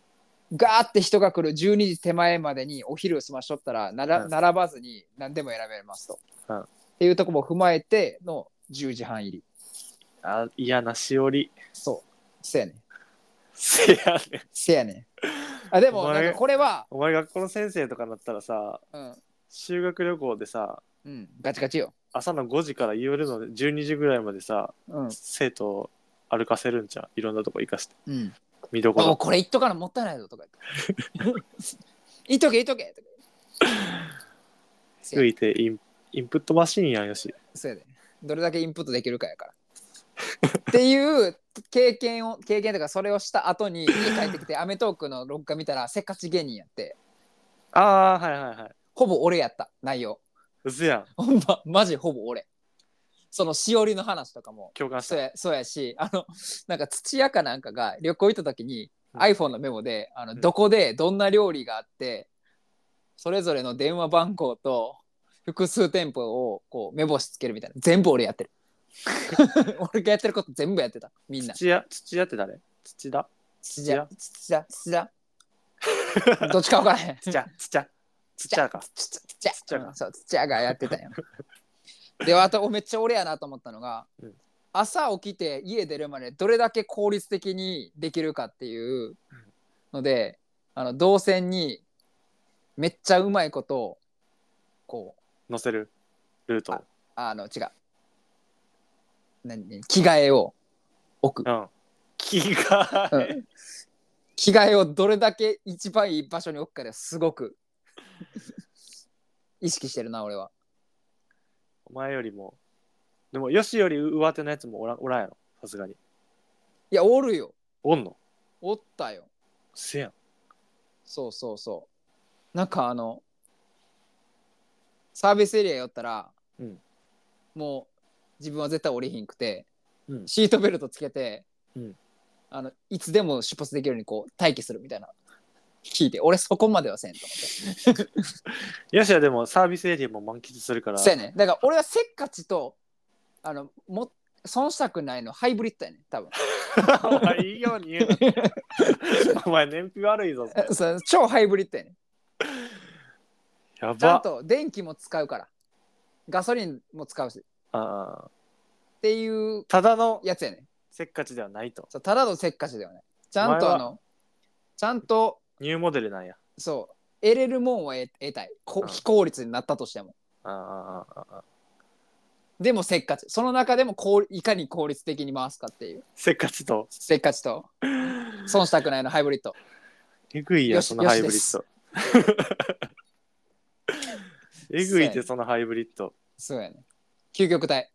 [SPEAKER 3] ガーって人が来る12時手前までにお昼を済ましとったらなら、
[SPEAKER 2] うん
[SPEAKER 3] 並ばずに何でも選べますと、
[SPEAKER 2] うん
[SPEAKER 3] っていうとこも踏まえての10時半入り
[SPEAKER 2] あ、嫌なしおり。
[SPEAKER 3] そうせやねん
[SPEAKER 2] せやねん。
[SPEAKER 3] せやねんあで
[SPEAKER 2] お
[SPEAKER 3] も
[SPEAKER 2] 前
[SPEAKER 3] なんかこれは
[SPEAKER 2] お前学校の先生とかなったらさ、
[SPEAKER 3] うん、
[SPEAKER 2] 修学旅行でさ、
[SPEAKER 3] うん、ガチガチよ、
[SPEAKER 2] 朝の5時から夜の12時ぐらいまでさ、
[SPEAKER 3] うん
[SPEAKER 2] 生徒を歩かせるんじゃん。いろんなとこ行かして。
[SPEAKER 3] うん、
[SPEAKER 2] 見どこ
[SPEAKER 3] お
[SPEAKER 2] ろ。
[SPEAKER 3] これ言っとかなもったいないぞとか言って 言っとけ言っとけ とかせや
[SPEAKER 2] ついてインインプットマシーンやんよし。
[SPEAKER 3] そうやでどれだけインプットできるかやからっていう経験を経験というかそれをした後に家帰ってきて『アメトーーク』の録画見たらせっかち芸人やって
[SPEAKER 2] ああ、はいはいはい。
[SPEAKER 3] ほぼ俺やった内容
[SPEAKER 2] うずやん。
[SPEAKER 3] ほんまマジほぼ俺そのしおりの話とかも
[SPEAKER 2] 共感し
[SPEAKER 3] そう
[SPEAKER 2] た。
[SPEAKER 3] やそうやし あのなんか土屋かなんかが旅行行った時に
[SPEAKER 2] うん
[SPEAKER 3] iPhone のメモであの
[SPEAKER 2] ん
[SPEAKER 3] どこでどんな料理があってそれぞれの電話番号と複数店舗をこう目星つけるみたいな全部俺や ってる俺がやってること全部やってたみんな
[SPEAKER 2] 土屋、土屋って誰土田
[SPEAKER 3] 土屋土屋土屋どっちか分からへん
[SPEAKER 2] 土屋、土屋。土屋か。
[SPEAKER 3] ちっちゃちっ
[SPEAKER 2] ちっ
[SPEAKER 3] ち
[SPEAKER 2] ち
[SPEAKER 3] ゃ
[SPEAKER 2] ゃ
[SPEAKER 3] い
[SPEAKER 2] い
[SPEAKER 3] そうちっちゃいがやって たんやであとめっちゃ俺やなと思ったのが、
[SPEAKER 2] うん
[SPEAKER 3] 朝起きて家出るまでどれだけ効率的にできるかっていうのであの動線にめっちゃうまいことをこう
[SPEAKER 2] 乗せるルートを。
[SPEAKER 3] あの違う何何着替えを置く、
[SPEAKER 2] うん。気が
[SPEAKER 3] う、ん着替えをどれだけ一番いい場所に置くかですご く意識してるな俺は
[SPEAKER 2] お前よりも。でも、よしより上手のやつもおらんおらんやろ。さすがに。
[SPEAKER 3] いやおるよ
[SPEAKER 2] おんの
[SPEAKER 3] おったよ
[SPEAKER 2] せやん。
[SPEAKER 3] そうそうそうなんかあのサービスエリア寄ったら、
[SPEAKER 2] うん
[SPEAKER 3] もう自分は絶対降りひんくて、
[SPEAKER 2] うん
[SPEAKER 3] シートベルトつけて、
[SPEAKER 2] うん
[SPEAKER 3] あのいつでも出発できるようにこう待機するみたいな聞いて俺そこまではせんと思って
[SPEAKER 2] よしはでもサービスエリアも満喫するから。
[SPEAKER 3] そうやねだから俺はせっかちとあのも損したくないのハイブリッドやね多分
[SPEAKER 2] お前いいように言うな。 お前燃費悪いぞ。
[SPEAKER 3] えそう超ハイブリッドやね
[SPEAKER 2] や
[SPEAKER 3] ちゃん
[SPEAKER 2] ば。
[SPEAKER 3] と電気も使うからガソリンも使うしっ
[SPEAKER 2] ああ
[SPEAKER 3] ていう
[SPEAKER 2] ただの
[SPEAKER 3] やつやね
[SPEAKER 2] せっかちではないと。
[SPEAKER 3] そうただのせっかちではない。ちゃん
[SPEAKER 2] お
[SPEAKER 3] と
[SPEAKER 2] 前
[SPEAKER 3] あ
[SPEAKER 2] は
[SPEAKER 3] の、ちゃんと、
[SPEAKER 2] ニューモデルなんや。
[SPEAKER 3] そう、得れるもんは得得たい。こ
[SPEAKER 2] うん
[SPEAKER 3] 非効率になったとしても。
[SPEAKER 2] ああああああ
[SPEAKER 3] でもせっかち。その中でも効いかに効率的に回すかっていう。
[SPEAKER 2] せっかちと。
[SPEAKER 3] せっかちと、損したくないのハイブリッド。
[SPEAKER 2] えぐいや
[SPEAKER 3] よ
[SPEAKER 2] ん、
[SPEAKER 3] し
[SPEAKER 2] そのハイブ
[SPEAKER 3] よ
[SPEAKER 2] リ
[SPEAKER 3] し
[SPEAKER 2] ッド。 えぐいって、そのハイブリッド。
[SPEAKER 3] そうやね。究極体。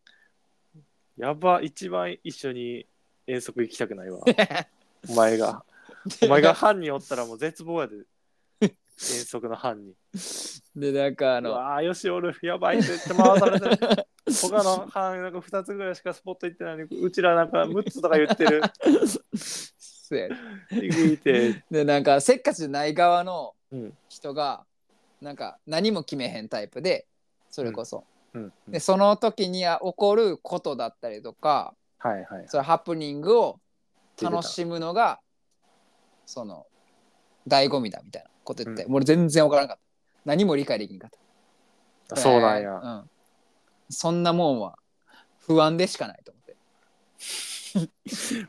[SPEAKER 2] やば、一番一緒に遠足行きたくないわ。お 前が。お前が。犯人おったらもう絶望やで。遠足の犯人。
[SPEAKER 3] で、なんかあ
[SPEAKER 2] あの
[SPEAKER 3] の、
[SPEAKER 2] わあ、よし、おる。やばいって言って回されてる。 他の班なんか2つぐらいしかスポット行ってないのに、うちらなんか6つとか言ってる。
[SPEAKER 3] そうやね
[SPEAKER 2] えぐいって。
[SPEAKER 3] で、なんかせっかちじゃない側の
[SPEAKER 2] うん。
[SPEAKER 3] 人が、なんか何も決めへんタイプで、それこそ、
[SPEAKER 2] うんうん
[SPEAKER 3] でその時に起こることだったりとか
[SPEAKER 2] はいはい
[SPEAKER 3] そのハプニングを楽
[SPEAKER 2] い
[SPEAKER 3] しむのがその醍醐味だみたいなこと言って、俺全然分からなかった何も理解できなかった
[SPEAKER 2] あそうなん
[SPEAKER 3] え
[SPEAKER 2] や、
[SPEAKER 3] ーうんそんなもんは不安でしかないと思って、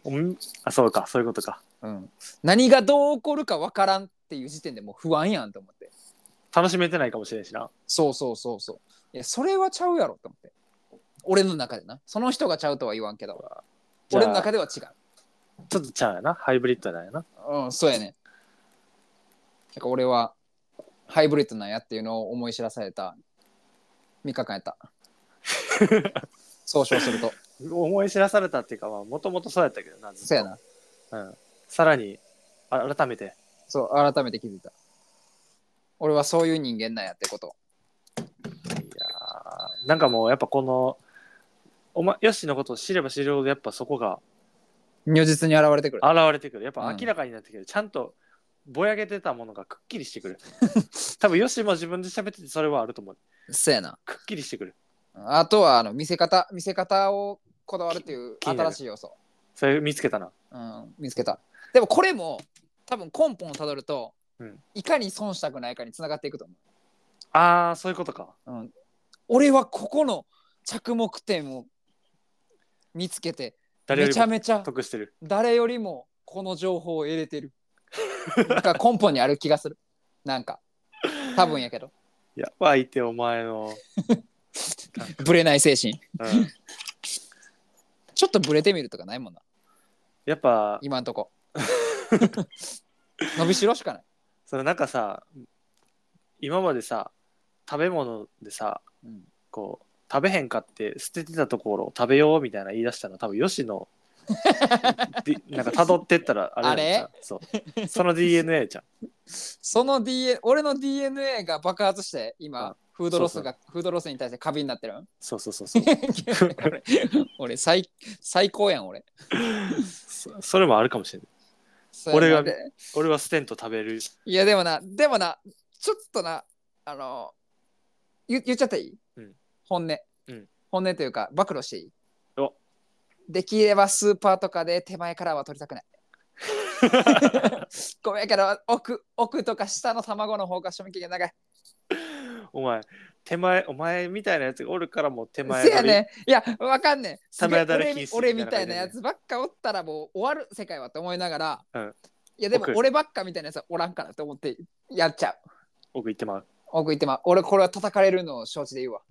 [SPEAKER 2] うんあそうかそういうことか
[SPEAKER 3] うん、何がどう起こるか分からんっていう時点でもう不安やんと思って
[SPEAKER 2] 楽しめてないかもしれんしな
[SPEAKER 3] そうそうそうそういやそれはちゃうやろと思って俺の中でなその人がちゃうとは言わんけど
[SPEAKER 2] じゃあ
[SPEAKER 3] 俺の中では違う
[SPEAKER 2] ちょっとちゃうやなハイブリッドなんやな
[SPEAKER 3] うん、そうやね。なんか俺はハイブリッドなんやっていうのを思い知らされた3日間やった。総称すると。
[SPEAKER 2] 思い知らされたっていうかまあもともとそうやったけどなずっと
[SPEAKER 3] そうやな。
[SPEAKER 2] うん、さらにあ改めて
[SPEAKER 3] そう、改めて気づいた。俺はそういう人間なんやってこと。
[SPEAKER 2] いやーなんかもうやっぱこのおまよしのことを知れば知るほどやっぱそこが
[SPEAKER 3] 如実に現れてくる。
[SPEAKER 2] 現れてくるやっぱ明らかになってくる、ちゃんとぼやけてたものがくっきりして くる多分よしも自分で喋っててそれはあると思う
[SPEAKER 3] そうやな。
[SPEAKER 2] くっきりしてくる
[SPEAKER 3] あとはあの見せ方、見せ方をこだわるっていう
[SPEAKER 2] 気になる
[SPEAKER 3] 新しい要素。
[SPEAKER 2] それ見つけたな
[SPEAKER 3] うん、見つけた。でもこれも多分根本をたどると、
[SPEAKER 2] うん
[SPEAKER 3] いかに損したくないかにつながっていくと思う。
[SPEAKER 2] あーそういうことか
[SPEAKER 3] うん、俺はここの着目点を見つけて
[SPEAKER 2] 誰
[SPEAKER 3] め
[SPEAKER 2] より
[SPEAKER 3] ちゃ
[SPEAKER 2] も
[SPEAKER 3] めちゃ
[SPEAKER 2] 得してる
[SPEAKER 3] 誰よりもこの情報を入れてるなんか根本にある気がするなんか多分やけど
[SPEAKER 2] やばいってお前の、
[SPEAKER 3] ブレない精神
[SPEAKER 2] うん、
[SPEAKER 3] ちょっとブレてみるとかないもんな
[SPEAKER 2] やっぱ
[SPEAKER 3] 今んとこ 伸びしろしかない
[SPEAKER 2] それなんかさ今までさ食べ物でさ、
[SPEAKER 3] うん
[SPEAKER 2] こう食べへんかって捨ててたところを食べようみたいな言い出したの多分よ しのでなんか辿ってったらあれやん
[SPEAKER 3] あ
[SPEAKER 2] そうその DNA じゃん
[SPEAKER 3] その DNA 俺の DNA が爆発して
[SPEAKER 2] うん
[SPEAKER 3] 今フードロスがフードロスに対して過敏になってるん
[SPEAKER 2] そうそうそうそう
[SPEAKER 3] 俺俺最最高やん俺
[SPEAKER 2] そそれもあるかもしれない
[SPEAKER 3] そうやな
[SPEAKER 2] 俺が
[SPEAKER 3] で
[SPEAKER 2] 俺はステンと食べる
[SPEAKER 3] いやでもな、でもな、ちょっとな、あの、言言っちゃっていい、
[SPEAKER 2] うん
[SPEAKER 3] 本音、
[SPEAKER 2] うん
[SPEAKER 3] 本音というか、暴露していい
[SPEAKER 2] お
[SPEAKER 3] できればスーパーとかで手前からは取りた くない。ごめんやけど、奥、奥とか下の卵の方が賞味期限長い。
[SPEAKER 2] お前手前お前みたいなやつがおるからもう手前
[SPEAKER 3] せやねん。いや、わかんねん。すげえ
[SPEAKER 2] 玉だら
[SPEAKER 3] 俺
[SPEAKER 2] き
[SPEAKER 3] み
[SPEAKER 2] す
[SPEAKER 3] 俺
[SPEAKER 2] るみ
[SPEAKER 3] み
[SPEAKER 2] た
[SPEAKER 3] た
[SPEAKER 2] い
[SPEAKER 3] い
[SPEAKER 2] な
[SPEAKER 3] な
[SPEAKER 2] 感
[SPEAKER 3] や
[SPEAKER 2] じ
[SPEAKER 3] つばっかおったらもう終わる世界はと思いながら、
[SPEAKER 2] うん
[SPEAKER 3] いやでも
[SPEAKER 2] 僕
[SPEAKER 3] 俺ばっかみたいなやつはおらんからと思ってやっちゃう。
[SPEAKER 2] 奥行ってまう
[SPEAKER 3] 奥言ってまう俺これは叩かれるのを承知で言うわ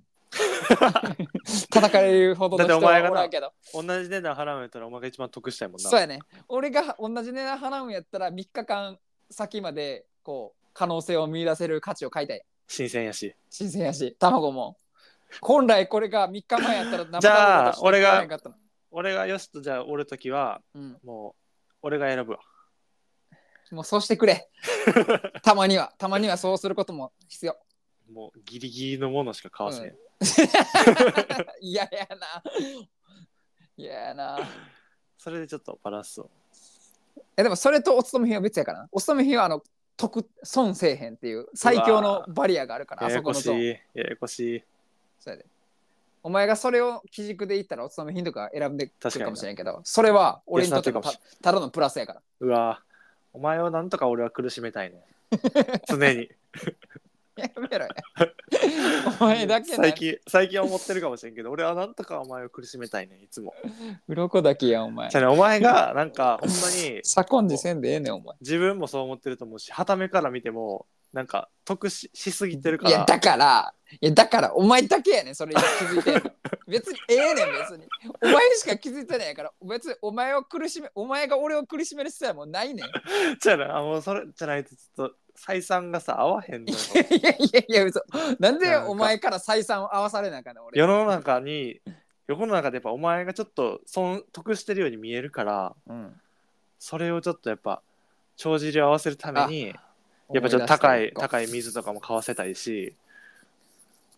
[SPEAKER 3] 叩かれるほどの人
[SPEAKER 2] だってお
[SPEAKER 3] は
[SPEAKER 2] 前が
[SPEAKER 3] お
[SPEAKER 2] な
[SPEAKER 3] らんけど
[SPEAKER 2] 同じ値段払うんやったらお前が一番得したいもんな
[SPEAKER 3] そうやね俺が同じ値段払うんやったら3日間先までこう可能性を見出せる価値を買いたい
[SPEAKER 2] 新鮮やし
[SPEAKER 3] 新鮮やし卵も本来これが3日前や ったら生卵
[SPEAKER 2] じゃあ
[SPEAKER 3] として買わへんかったの
[SPEAKER 2] 俺がよしとじゃあおるときは
[SPEAKER 3] うん、
[SPEAKER 2] もう俺が選ぶわ
[SPEAKER 3] もうそうしてくれ たまにはたまにはそうすることも必要
[SPEAKER 2] もうギリギリのものしか買わせん、
[SPEAKER 3] うん嫌やな嫌やな
[SPEAKER 2] それでちょっとバランスを
[SPEAKER 3] えでもそれとお勤め費は別やからなお勤め費はあの得損せえへんっていう最強のバリアがあるからあ
[SPEAKER 2] や
[SPEAKER 3] そ
[SPEAKER 2] や
[SPEAKER 3] こ
[SPEAKER 2] こ
[SPEAKER 3] の
[SPEAKER 2] し
[SPEAKER 3] ゾ
[SPEAKER 2] い
[SPEAKER 3] ーン
[SPEAKER 2] ややこしい
[SPEAKER 3] そうやでお前がそれを基軸で言ったらお勤め費とか選んでく
[SPEAKER 2] 確か
[SPEAKER 3] る
[SPEAKER 2] に
[SPEAKER 3] かもしれんけどそれは俺にとっての
[SPEAKER 2] 安
[SPEAKER 3] た
[SPEAKER 2] なって
[SPEAKER 3] ただのプラスやから
[SPEAKER 2] うわお前をなんとか俺は苦しめたいね常に
[SPEAKER 3] やめろやお前だけな
[SPEAKER 2] 最近最近は思ってるかもしれんけ ど俺はなんとかお前を苦しめたいねいつも
[SPEAKER 3] 鱗だけやお前
[SPEAKER 2] じゃあねお前がなんかほんまに
[SPEAKER 3] さこんじせんでええねんお前
[SPEAKER 2] 自分もそう思ってると思うしはためから見てもなんか得ししすぎてるか
[SPEAKER 3] いや
[SPEAKER 2] ら
[SPEAKER 3] だからいやだからお前だけやねんそれ今気づいてん の別にええねん別にお前しか気づいてないから別にお前を苦しめお前が俺を苦しめる必要はもうないねん
[SPEAKER 2] じゃあねあもうそれじゃないとちょっと採算がさ合わへんのよ
[SPEAKER 3] いやいやいや、嘘。なんで
[SPEAKER 2] なんか
[SPEAKER 3] お前から採算を合わされなあかんの俺。
[SPEAKER 2] 世の中に世の中でやっぱお前がちょっと損得してるように見えるから
[SPEAKER 3] うん、
[SPEAKER 2] それをちょっとやっぱ帳尻を合わせるためにやっぱちょっと高い高い水とかも買わせたいし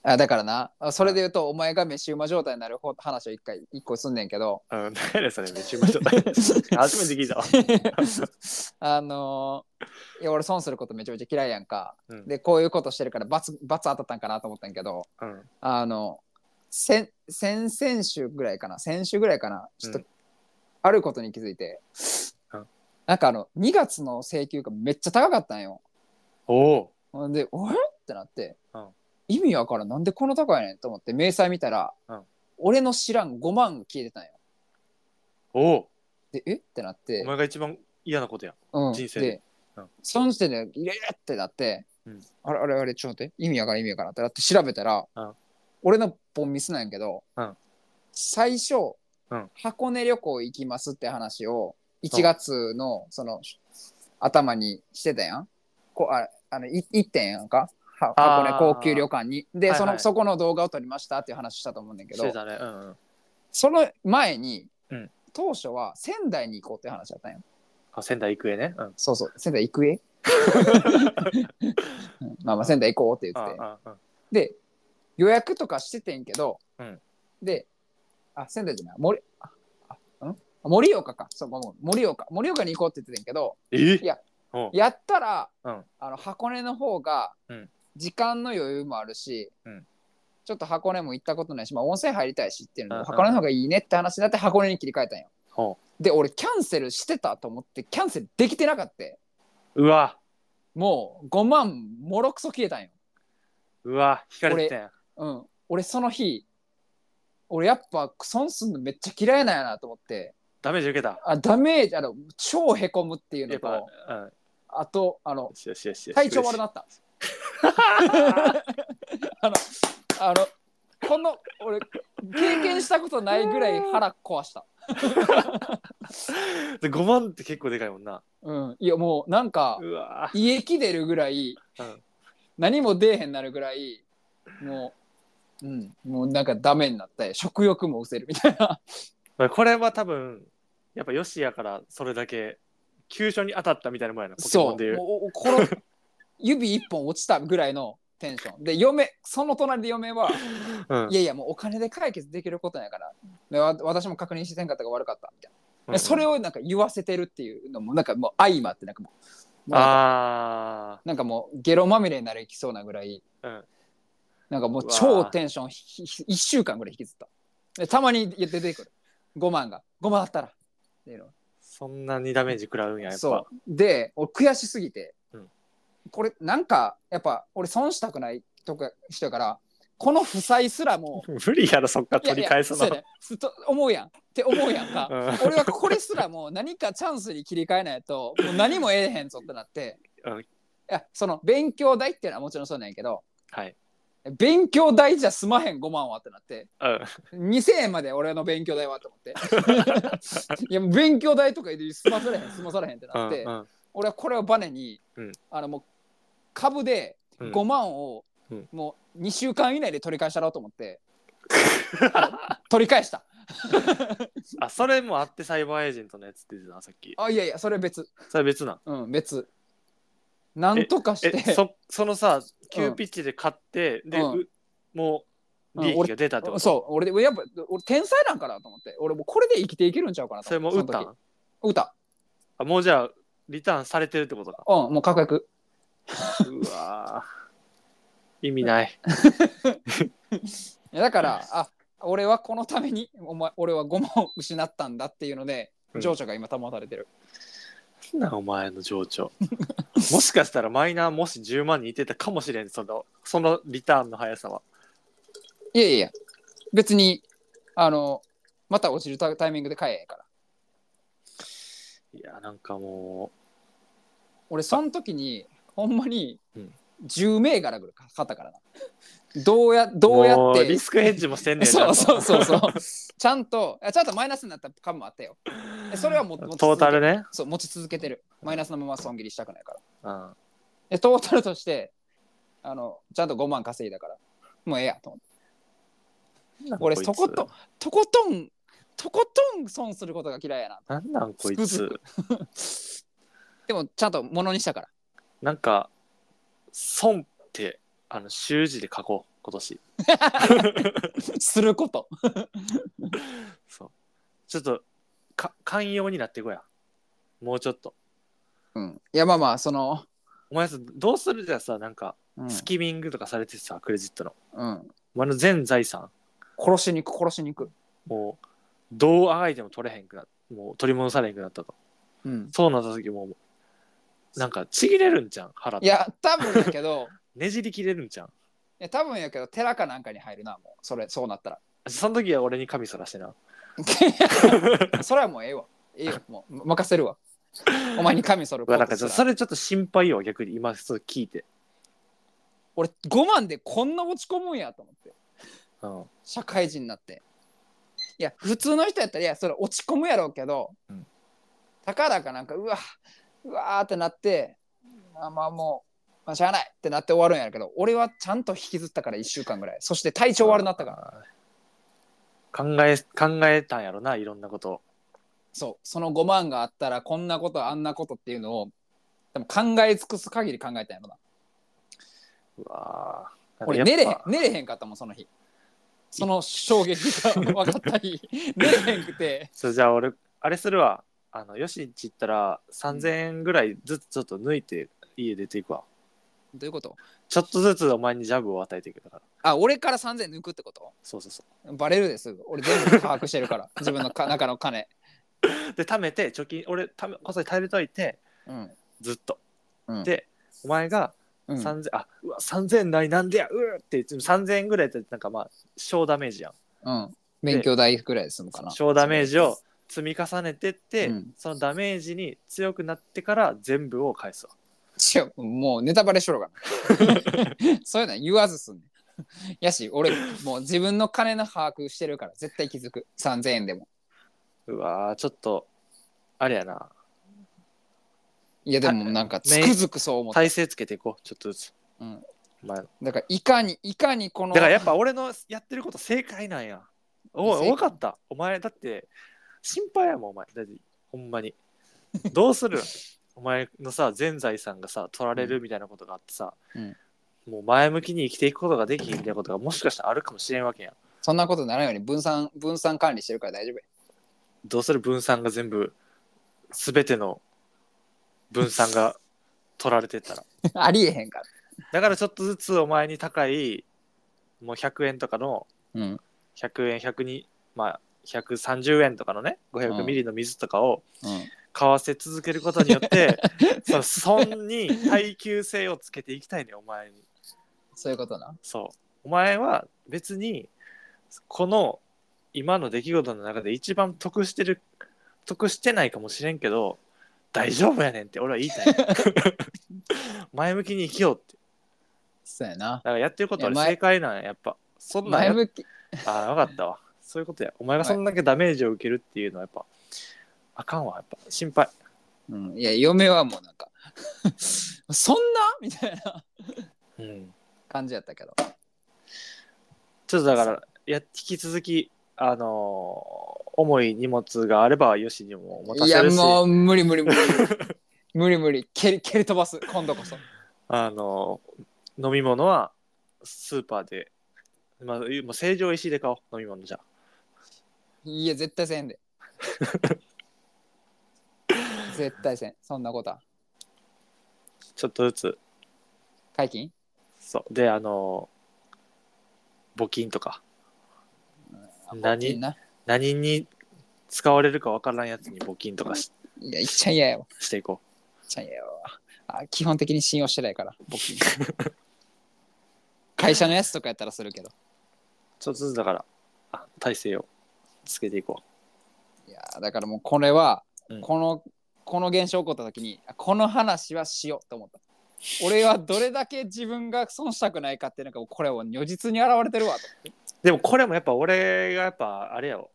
[SPEAKER 3] あ、だからな、あそれで言うと、お前が飯馬状態になる方話を一回、一個すんねんけ ど、
[SPEAKER 2] うん何やねんそれめっちゃうまい初めて聞いたわ、
[SPEAKER 3] あのーいや俺損することめちゃめちゃ嫌いやんか。
[SPEAKER 2] うん
[SPEAKER 3] で、こういうことしてるから罰、罰当たったんかなと思ったんやけど、
[SPEAKER 2] うん、
[SPEAKER 3] あの、先先々週ぐらいかな先週ぐらいかなちょっと、
[SPEAKER 2] うん
[SPEAKER 3] あることに気づいて、
[SPEAKER 2] うん
[SPEAKER 3] なんかあの2月の請求がめっちゃ高かったんよ
[SPEAKER 2] おお
[SPEAKER 3] ほんで「あれ?」ってなって、
[SPEAKER 2] うん
[SPEAKER 3] 意味わからんなんでこの高いねんと思って明細見たら、
[SPEAKER 2] うん
[SPEAKER 3] 俺の知らん5万が消えてたんよ
[SPEAKER 2] おう
[SPEAKER 3] でえってなって
[SPEAKER 2] お前が一番嫌なことやん
[SPEAKER 3] うん、
[SPEAKER 2] 人生で
[SPEAKER 3] で、
[SPEAKER 2] うん
[SPEAKER 3] その時点でイレイレってなって、
[SPEAKER 2] うん
[SPEAKER 3] あれあれあれちょっと待って意味やからん意味やからんってなって調べたら、
[SPEAKER 2] うん
[SPEAKER 3] 俺のポンミスなんやけど、
[SPEAKER 2] うん
[SPEAKER 3] 最初、
[SPEAKER 2] うん
[SPEAKER 3] 箱根旅行行きますって話を1月のその、頭にしてたやんこああのい行ってんやんかは
[SPEAKER 2] あー
[SPEAKER 3] 箱根高級旅館にで、
[SPEAKER 2] はいはい
[SPEAKER 3] そのそこの動画を撮りましたっていう話したと思うんだけ
[SPEAKER 2] して
[SPEAKER 3] ど
[SPEAKER 2] たねうんうん
[SPEAKER 3] その前に、
[SPEAKER 2] うん
[SPEAKER 3] 当初は仙台に行こうって話だったんやん
[SPEAKER 2] あ仙台育英ねうん
[SPEAKER 3] そうそう、仙台育英うん まあまあ仙台行こうって言って。
[SPEAKER 2] あああ
[SPEAKER 3] で、予約とかしててんけど、
[SPEAKER 2] うん
[SPEAKER 3] で、あ、仙台じゃない、森、あ、あん盛岡か。そう、ごめん盛岡。盛岡に行こうって言ってたんやけど、
[SPEAKER 2] え
[SPEAKER 3] いや
[SPEAKER 2] おう
[SPEAKER 3] やったら、
[SPEAKER 2] うん
[SPEAKER 3] あの箱根の方が
[SPEAKER 2] うん、
[SPEAKER 3] 時間の余裕もあるし、
[SPEAKER 2] うん
[SPEAKER 3] ちょっと箱根も行ったことないし、まあ、温泉入りたいしっていうの
[SPEAKER 2] うん
[SPEAKER 3] で、箱根の方がいいねって話になって箱根に切り替えたんよ。
[SPEAKER 2] ほ
[SPEAKER 3] で、俺キャンセルしてたと思って、キャンセルできてなかった。
[SPEAKER 2] ううわ
[SPEAKER 3] もう5万もろくそ消えたんよ。
[SPEAKER 2] うわ引かれてたやん
[SPEAKER 3] うん。俺その日、俺やっぱ損すんのめっちゃ嫌いなんやなと思って、
[SPEAKER 2] ダメージ受けた
[SPEAKER 3] あダメージ、あの、超へこむっていう
[SPEAKER 2] や
[SPEAKER 3] の
[SPEAKER 2] っぱ
[SPEAKER 3] と、
[SPEAKER 2] うんよ
[SPEAKER 3] あと、あの、
[SPEAKER 2] しよしよしよし
[SPEAKER 3] 体調悪な った。あの、あの、この、俺、経験したことないぐらい腹壊した。
[SPEAKER 2] で5万って結構でかいもんな
[SPEAKER 3] うん。いや、もうなんか、
[SPEAKER 2] うわ
[SPEAKER 3] 胃液出るぐらい、
[SPEAKER 2] うん
[SPEAKER 3] 何も出えへんなるぐらいもう、うん、もうなんかダメになって食欲も失せるみたいな
[SPEAKER 2] まあこれは多分やっぱヨシやからそれだけ急所に当たったみたいなもんやなポケモ
[SPEAKER 3] そ
[SPEAKER 2] ンでいうう
[SPEAKER 3] もうおこの指一本落ちたぐらいのテンションで嫁その隣で嫁は
[SPEAKER 2] うん
[SPEAKER 3] いやいやもうお金で解決できることやからでわ私も確認してんかったが悪かったみたいな、でそれをなんか言わせてるっていうのもなんかもう相まってなんかもうもうなんか
[SPEAKER 2] あ
[SPEAKER 3] なんかもうゲロまみれになりきそうなぐらい
[SPEAKER 2] あうん
[SPEAKER 3] なんかもう
[SPEAKER 2] うわー
[SPEAKER 3] 超テンションひひ1週間ぐらい引きずった。でたまに出てくる。5万が。5万あったら。っていうの
[SPEAKER 2] そんなにダメージ食らうんややっぱ
[SPEAKER 3] そう。で、俺悔しすぎて、
[SPEAKER 2] うん
[SPEAKER 3] これなんかやっぱ俺損したくないとか人やから、この負債すらも
[SPEAKER 2] 無理やろそっから
[SPEAKER 3] いや
[SPEAKER 2] 取り返すの
[SPEAKER 3] いやそうやねふと思うやん。って思うやんか。
[SPEAKER 2] う
[SPEAKER 3] 俺はこれすらもう何かチャンスに切り替えないともう何もええへんぞってなって、
[SPEAKER 2] うん
[SPEAKER 3] いやその勉強代っていうのはもちろんそうなんやけど
[SPEAKER 2] はい
[SPEAKER 3] 勉強代じゃ済まへん5万はってなって
[SPEAKER 2] うん
[SPEAKER 3] 2000円まで俺の勉強代はと思 って。いやもう勉強代とかで済まされへん済まされへんってなって、
[SPEAKER 2] うんうん
[SPEAKER 3] 俺はこれをバネに、
[SPEAKER 2] うん
[SPEAKER 3] あのもう株で
[SPEAKER 2] うん
[SPEAKER 3] 5万を
[SPEAKER 2] うん
[SPEAKER 3] もう2週間以内で取り返したろうと思って、 あの取り返した。
[SPEAKER 2] あそれもあってサイバーエージェントのやつって言ってたなさっき
[SPEAKER 3] あいやいやそれ別
[SPEAKER 2] それ別なん
[SPEAKER 3] うん別。なんとかし
[SPEAKER 2] え
[SPEAKER 3] て。
[SPEAKER 2] そそのさ急ピッチで買って、で、
[SPEAKER 3] うん
[SPEAKER 2] うもう利益が出たってこと、
[SPEAKER 3] そう俺でやっぱ俺天才なんかなと思って俺もうこれで生きていけるんちゃうかなと
[SPEAKER 2] それ
[SPEAKER 3] 思
[SPEAKER 2] も
[SPEAKER 3] って
[SPEAKER 2] 打った
[SPEAKER 3] その
[SPEAKER 2] ん
[SPEAKER 3] 時歌
[SPEAKER 2] あもうじゃあリターンされてるってことか
[SPEAKER 3] うんもう確約
[SPEAKER 2] うわー意味 ない
[SPEAKER 3] いやだからあ俺はこのためにお前俺は5万を失ったんだっていうので
[SPEAKER 2] うん
[SPEAKER 3] 情緒が今保たれてる、
[SPEAKER 2] なんだお前の情緒 もしかしたらマイナーもし10万にいてたかもしれんそのそのリターンの速さはい
[SPEAKER 3] やいやいや別にあのまた落ちるタタイミングで買えへんから
[SPEAKER 2] いやなんかも
[SPEAKER 3] 俺その時にほんまに
[SPEAKER 2] うん
[SPEAKER 3] 10銘柄ぐらい買ったからなどうや
[SPEAKER 2] う
[SPEAKER 3] どうやっ
[SPEAKER 2] も
[SPEAKER 3] て
[SPEAKER 2] リスクヘッジもしてんねんな
[SPEAKER 3] そうそうそう そうちゃんとちゃんとマイナスになった株もあったよ えそれはもう持ち続け
[SPEAKER 2] トータルね、
[SPEAKER 3] そう持ち続けてるマイナスのまま損切りしたくないから
[SPEAKER 2] うん、
[SPEAKER 3] でトータルとしてあのちゃんと5万稼いだからもうええやと思って俺
[SPEAKER 2] なん
[SPEAKER 3] と
[SPEAKER 2] なん
[SPEAKER 3] こ
[SPEAKER 2] いつ
[SPEAKER 3] とんとことんとことん損することが嫌いやな
[SPEAKER 2] なんなんこい
[SPEAKER 3] つく
[SPEAKER 2] つ
[SPEAKER 3] でもちゃんとものにしたから
[SPEAKER 2] なんか損ってあの習字で書こう今年
[SPEAKER 3] すること
[SPEAKER 2] そうちょっとか寛容になっていこうやもうちょっと
[SPEAKER 3] うんいやまあまあその、
[SPEAKER 2] お前さどうするじゃあさなんか
[SPEAKER 3] うん
[SPEAKER 2] スキミングとかされてさ、クレジットの
[SPEAKER 3] うん、
[SPEAKER 2] お前の全財産
[SPEAKER 3] 殺しに行く殺しに行く、
[SPEAKER 2] もうどうあがいても取れへんくなもう取り戻されへんくなったと
[SPEAKER 3] うん、
[SPEAKER 2] そうなった時ももうなんかちぎれるんじゃん腹
[SPEAKER 3] いや多分やけど
[SPEAKER 2] ねじり切れるんじゃん
[SPEAKER 3] いや多分やけど寺かなんかに入るなもうそれそうなったら
[SPEAKER 2] その時は俺に神そらしてな
[SPEAKER 3] それはもうええわええよもう任せるわお前に神そるこ
[SPEAKER 2] なん
[SPEAKER 3] と
[SPEAKER 2] か
[SPEAKER 3] すら
[SPEAKER 2] それちょっと心配よ逆に今そう聞いて、
[SPEAKER 3] 俺5万でこんな落ち込むんやと思って
[SPEAKER 2] うん、
[SPEAKER 3] 社会人になっていや普通の人やったらいやそれ落ち込むやろうけど、
[SPEAKER 2] うん
[SPEAKER 3] たかだかなんかうわうわーってなってあまあもう、まあ、しゃあないってなって終わるんやろうけど俺はちゃんと引きずったから1週間ぐらいそして体調悪なったから
[SPEAKER 2] ら考え考えたんやろないろんなことを
[SPEAKER 3] そうその5万があったらこんなことあんなことっていうのをでも考え尽くす限り考えたんやろな
[SPEAKER 2] うわー
[SPEAKER 3] 俺
[SPEAKER 2] なんか
[SPEAKER 3] 寝れへ
[SPEAKER 2] やっ
[SPEAKER 3] ん
[SPEAKER 2] ぱ
[SPEAKER 3] 寝れへんかったもんその日その衝撃が分かった 日寝れへんくて
[SPEAKER 2] そうじゃあ俺あれするわあのよしんち行ったら3000円ぐらいずつちょっと抜いて家出ていくわ
[SPEAKER 3] どういうこと
[SPEAKER 2] ちょっとずつお前にジャブを与えていくだから
[SPEAKER 3] あ俺から3000抜くってこと
[SPEAKER 2] そうそうそ
[SPEAKER 3] バレるですぐ俺全部把握してるから 自分のか中の金
[SPEAKER 2] うで貯めて貯金俺ためこっそり貯めといて
[SPEAKER 3] うん
[SPEAKER 2] ずっと、
[SPEAKER 3] うん
[SPEAKER 2] でお前が
[SPEAKER 3] うん
[SPEAKER 2] 3000、あうわ3000円ないなんでやうーって3000円ぐらいってなんかまあ小ダメージやん
[SPEAKER 3] うん、勉強代ぐらいで済むかな
[SPEAKER 2] 小ダメージを積み重ねてって、
[SPEAKER 3] うん
[SPEAKER 2] そのダメージに強くなってから全部を返すわ
[SPEAKER 3] 違うもうネタバレしろがな そういうのは言わずすんねんやし俺もう自分の金の把握してるから絶対気づく3000円でも
[SPEAKER 2] うわーちょっとあれやない
[SPEAKER 3] やでもなんかつくづくそう思った、
[SPEAKER 2] 体勢つけていこうちょっとずつ、
[SPEAKER 3] うん、
[SPEAKER 2] まあ、
[SPEAKER 3] だからいかにいかにこの
[SPEAKER 2] だからやっぱ俺のやってること正解なんやお
[SPEAKER 3] 正
[SPEAKER 2] い
[SPEAKER 3] 解
[SPEAKER 2] 分かったお前だって心配やもんお前だってほんまにどう するお前のさ全財産がさ取られるみたいなことがあってさ、
[SPEAKER 3] うん
[SPEAKER 2] もう前向きに生きていくことができひんみたいなことがもしかしたらあるかもしれんわけやん
[SPEAKER 3] そんなことにならないように分散分散管理してるから大丈夫や
[SPEAKER 2] どうする分散が全部全ての分散が取られてったら
[SPEAKER 3] ありえへんから。
[SPEAKER 2] だからちょっとずつお前に高いもう100円とかの
[SPEAKER 3] うん。
[SPEAKER 2] 100円102まあ130円とかのね500ミリの水とかを
[SPEAKER 3] うん、
[SPEAKER 2] 買わせ続けることによって、その損に耐久性をつけていきたいねお前に
[SPEAKER 3] そういうことな。
[SPEAKER 2] そうお前は別にこの今の出来事の中で一番得してる得してないかもしれんけど大丈夫やねんって俺は言いたい前向きに生きようって
[SPEAKER 3] そうやな
[SPEAKER 2] だ。からやってること
[SPEAKER 3] い
[SPEAKER 2] は
[SPEAKER 3] や前
[SPEAKER 2] 正解なんややっぱそんなん
[SPEAKER 3] 前
[SPEAKER 2] や
[SPEAKER 3] 向き。
[SPEAKER 2] ああ、分かったわ。そういうことや。お前がそんだけダメージを受けるっていうのはやっぱ、あかんわ。やっぱ心配。
[SPEAKER 3] うん。いや、嫁はもうなんか、 そんなみたいな
[SPEAKER 2] うん。
[SPEAKER 3] 感じやったけど。
[SPEAKER 2] ちょっとだから、や引き続き、あのー重い荷物があれば、よしにも持た
[SPEAKER 3] い
[SPEAKER 2] せ
[SPEAKER 3] や、
[SPEAKER 2] るし、
[SPEAKER 3] もう無理無 理無理。無理無理。蹴り蹴り飛ばす。今度こそ。
[SPEAKER 2] あのー飲み物はスーパーで、まあ、もう成城石井で買おう。飲み物じゃ。
[SPEAKER 3] いや、絶対せん で。絶対せん。そんなことは。
[SPEAKER 2] ちょっとずつ。
[SPEAKER 3] 解禁
[SPEAKER 2] そう。で、あのー募金とか。
[SPEAKER 3] いい
[SPEAKER 2] 何
[SPEAKER 3] な。
[SPEAKER 2] 何に使われるか分からんやつに募金とかし
[SPEAKER 3] いや、いっちゃ嫌やわ。
[SPEAKER 2] していこう。
[SPEAKER 3] いっちゃ嫌やわ。あ基本的に信用してないから、僕に。会社のやつとかやったらするけど。
[SPEAKER 2] ちょっとずつだから、あ体勢をつけていこ
[SPEAKER 3] いやーだからもうこれは、
[SPEAKER 2] うん
[SPEAKER 3] このこの現象起こった時にあこの話はしようと思った俺はどれだけ自分が損したくないかっていうのがもうこれは如実に現れてるわと
[SPEAKER 2] う。でもこれもやっぱ俺がやっぱあれやろ。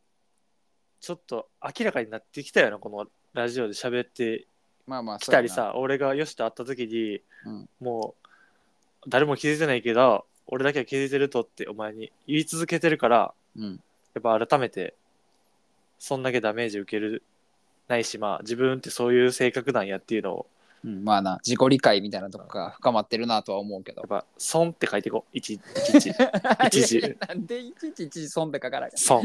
[SPEAKER 2] ちょっと明らかになってきたよな、このラジオで喋って
[SPEAKER 3] まあまあ
[SPEAKER 2] きたり、さ、俺がよしと会った時に、
[SPEAKER 3] そうやな
[SPEAKER 2] もう誰も気づいてないけど、俺だけは気づいてるとってお前に言い続けてるから、
[SPEAKER 3] うんうん、
[SPEAKER 2] やっぱ改めて、そんだけダメージ受けるないし、まあ自分ってそういう性格なんやっていうのを、
[SPEAKER 3] うんまあな自己理解みたいなとこが深まってるなとは思うけど
[SPEAKER 2] やっぱ、損って書いていこう。いちいち、 一時
[SPEAKER 3] なんでいちいち一時損って書か ない
[SPEAKER 2] 損。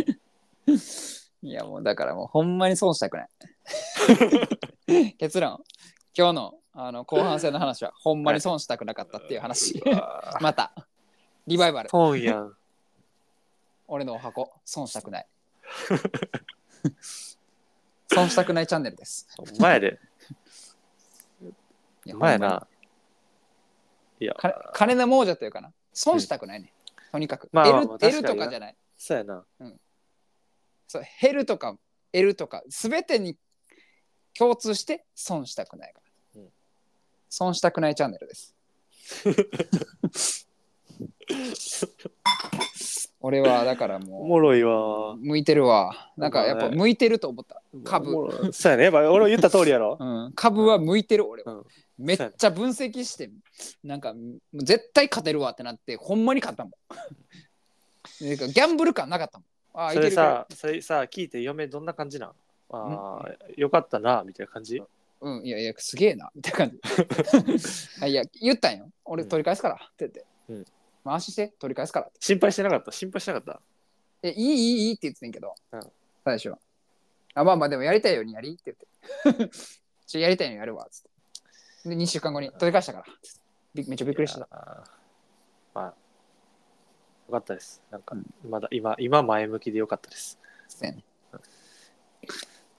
[SPEAKER 3] いやもうだからもうほんまに損したく ない。結論、今日のあの後半戦の話はほんまに損 したくなかったっていう話。また、リバイバル。
[SPEAKER 2] 損やん。
[SPEAKER 3] 俺のお箱損したく ない損したくないチャンネルです
[SPEAKER 2] 前で
[SPEAKER 3] いや
[SPEAKER 2] 前
[SPEAKER 3] ほんまに
[SPEAKER 2] な。いや、
[SPEAKER 3] か金の亡者というかな損したくないね、とにかく、
[SPEAKER 2] まあまあまあ
[SPEAKER 3] L, L
[SPEAKER 2] 確か
[SPEAKER 3] と
[SPEAKER 2] にな
[SPEAKER 3] かじゃない
[SPEAKER 2] そうやな。
[SPEAKER 3] そう減るとか L とか全てに共通して損したくないから、
[SPEAKER 2] うん
[SPEAKER 3] 損したくないチャンネルです 俺はだから
[SPEAKER 2] お
[SPEAKER 3] も
[SPEAKER 2] もろいわ
[SPEAKER 3] う。向いてるわなんかやっぱ
[SPEAKER 2] お前
[SPEAKER 3] 向いてると思った株
[SPEAKER 2] おもろい。そうやね。やっぱ俺言った通りやろ。
[SPEAKER 3] うん、株は向いてる俺は、
[SPEAKER 2] うん
[SPEAKER 3] めっちゃ分析してなんかもう絶対勝てるわってなってほんまに勝ったもんなんかギャンブル感なかったもん ああい
[SPEAKER 2] そ
[SPEAKER 3] け
[SPEAKER 2] れ
[SPEAKER 3] るか
[SPEAKER 2] さ、それさ、聞いて嫁どんな感じなんああ、よかったな、みたいな感じ。
[SPEAKER 3] うんいやいやすげえなみたいな感 じはいいや言ったんよ俺取り返すから、って
[SPEAKER 2] う
[SPEAKER 3] 言っ
[SPEAKER 2] ん
[SPEAKER 3] て、回しして取り返すからって
[SPEAKER 2] 心配してなかった。心配してなかっ
[SPEAKER 3] えいいいいいいって言ってんけど、
[SPEAKER 2] うん
[SPEAKER 3] 最初あまあまあでもやりたいようにやりって言って ちょやりたいようにやるわっつってで2週間後に取り返したからっつってびめっちゃ
[SPEAKER 2] た。
[SPEAKER 3] びっくりした
[SPEAKER 2] いやまあ、よかったです。なんか、まだ今、今前向きでよかったです。
[SPEAKER 3] そうやね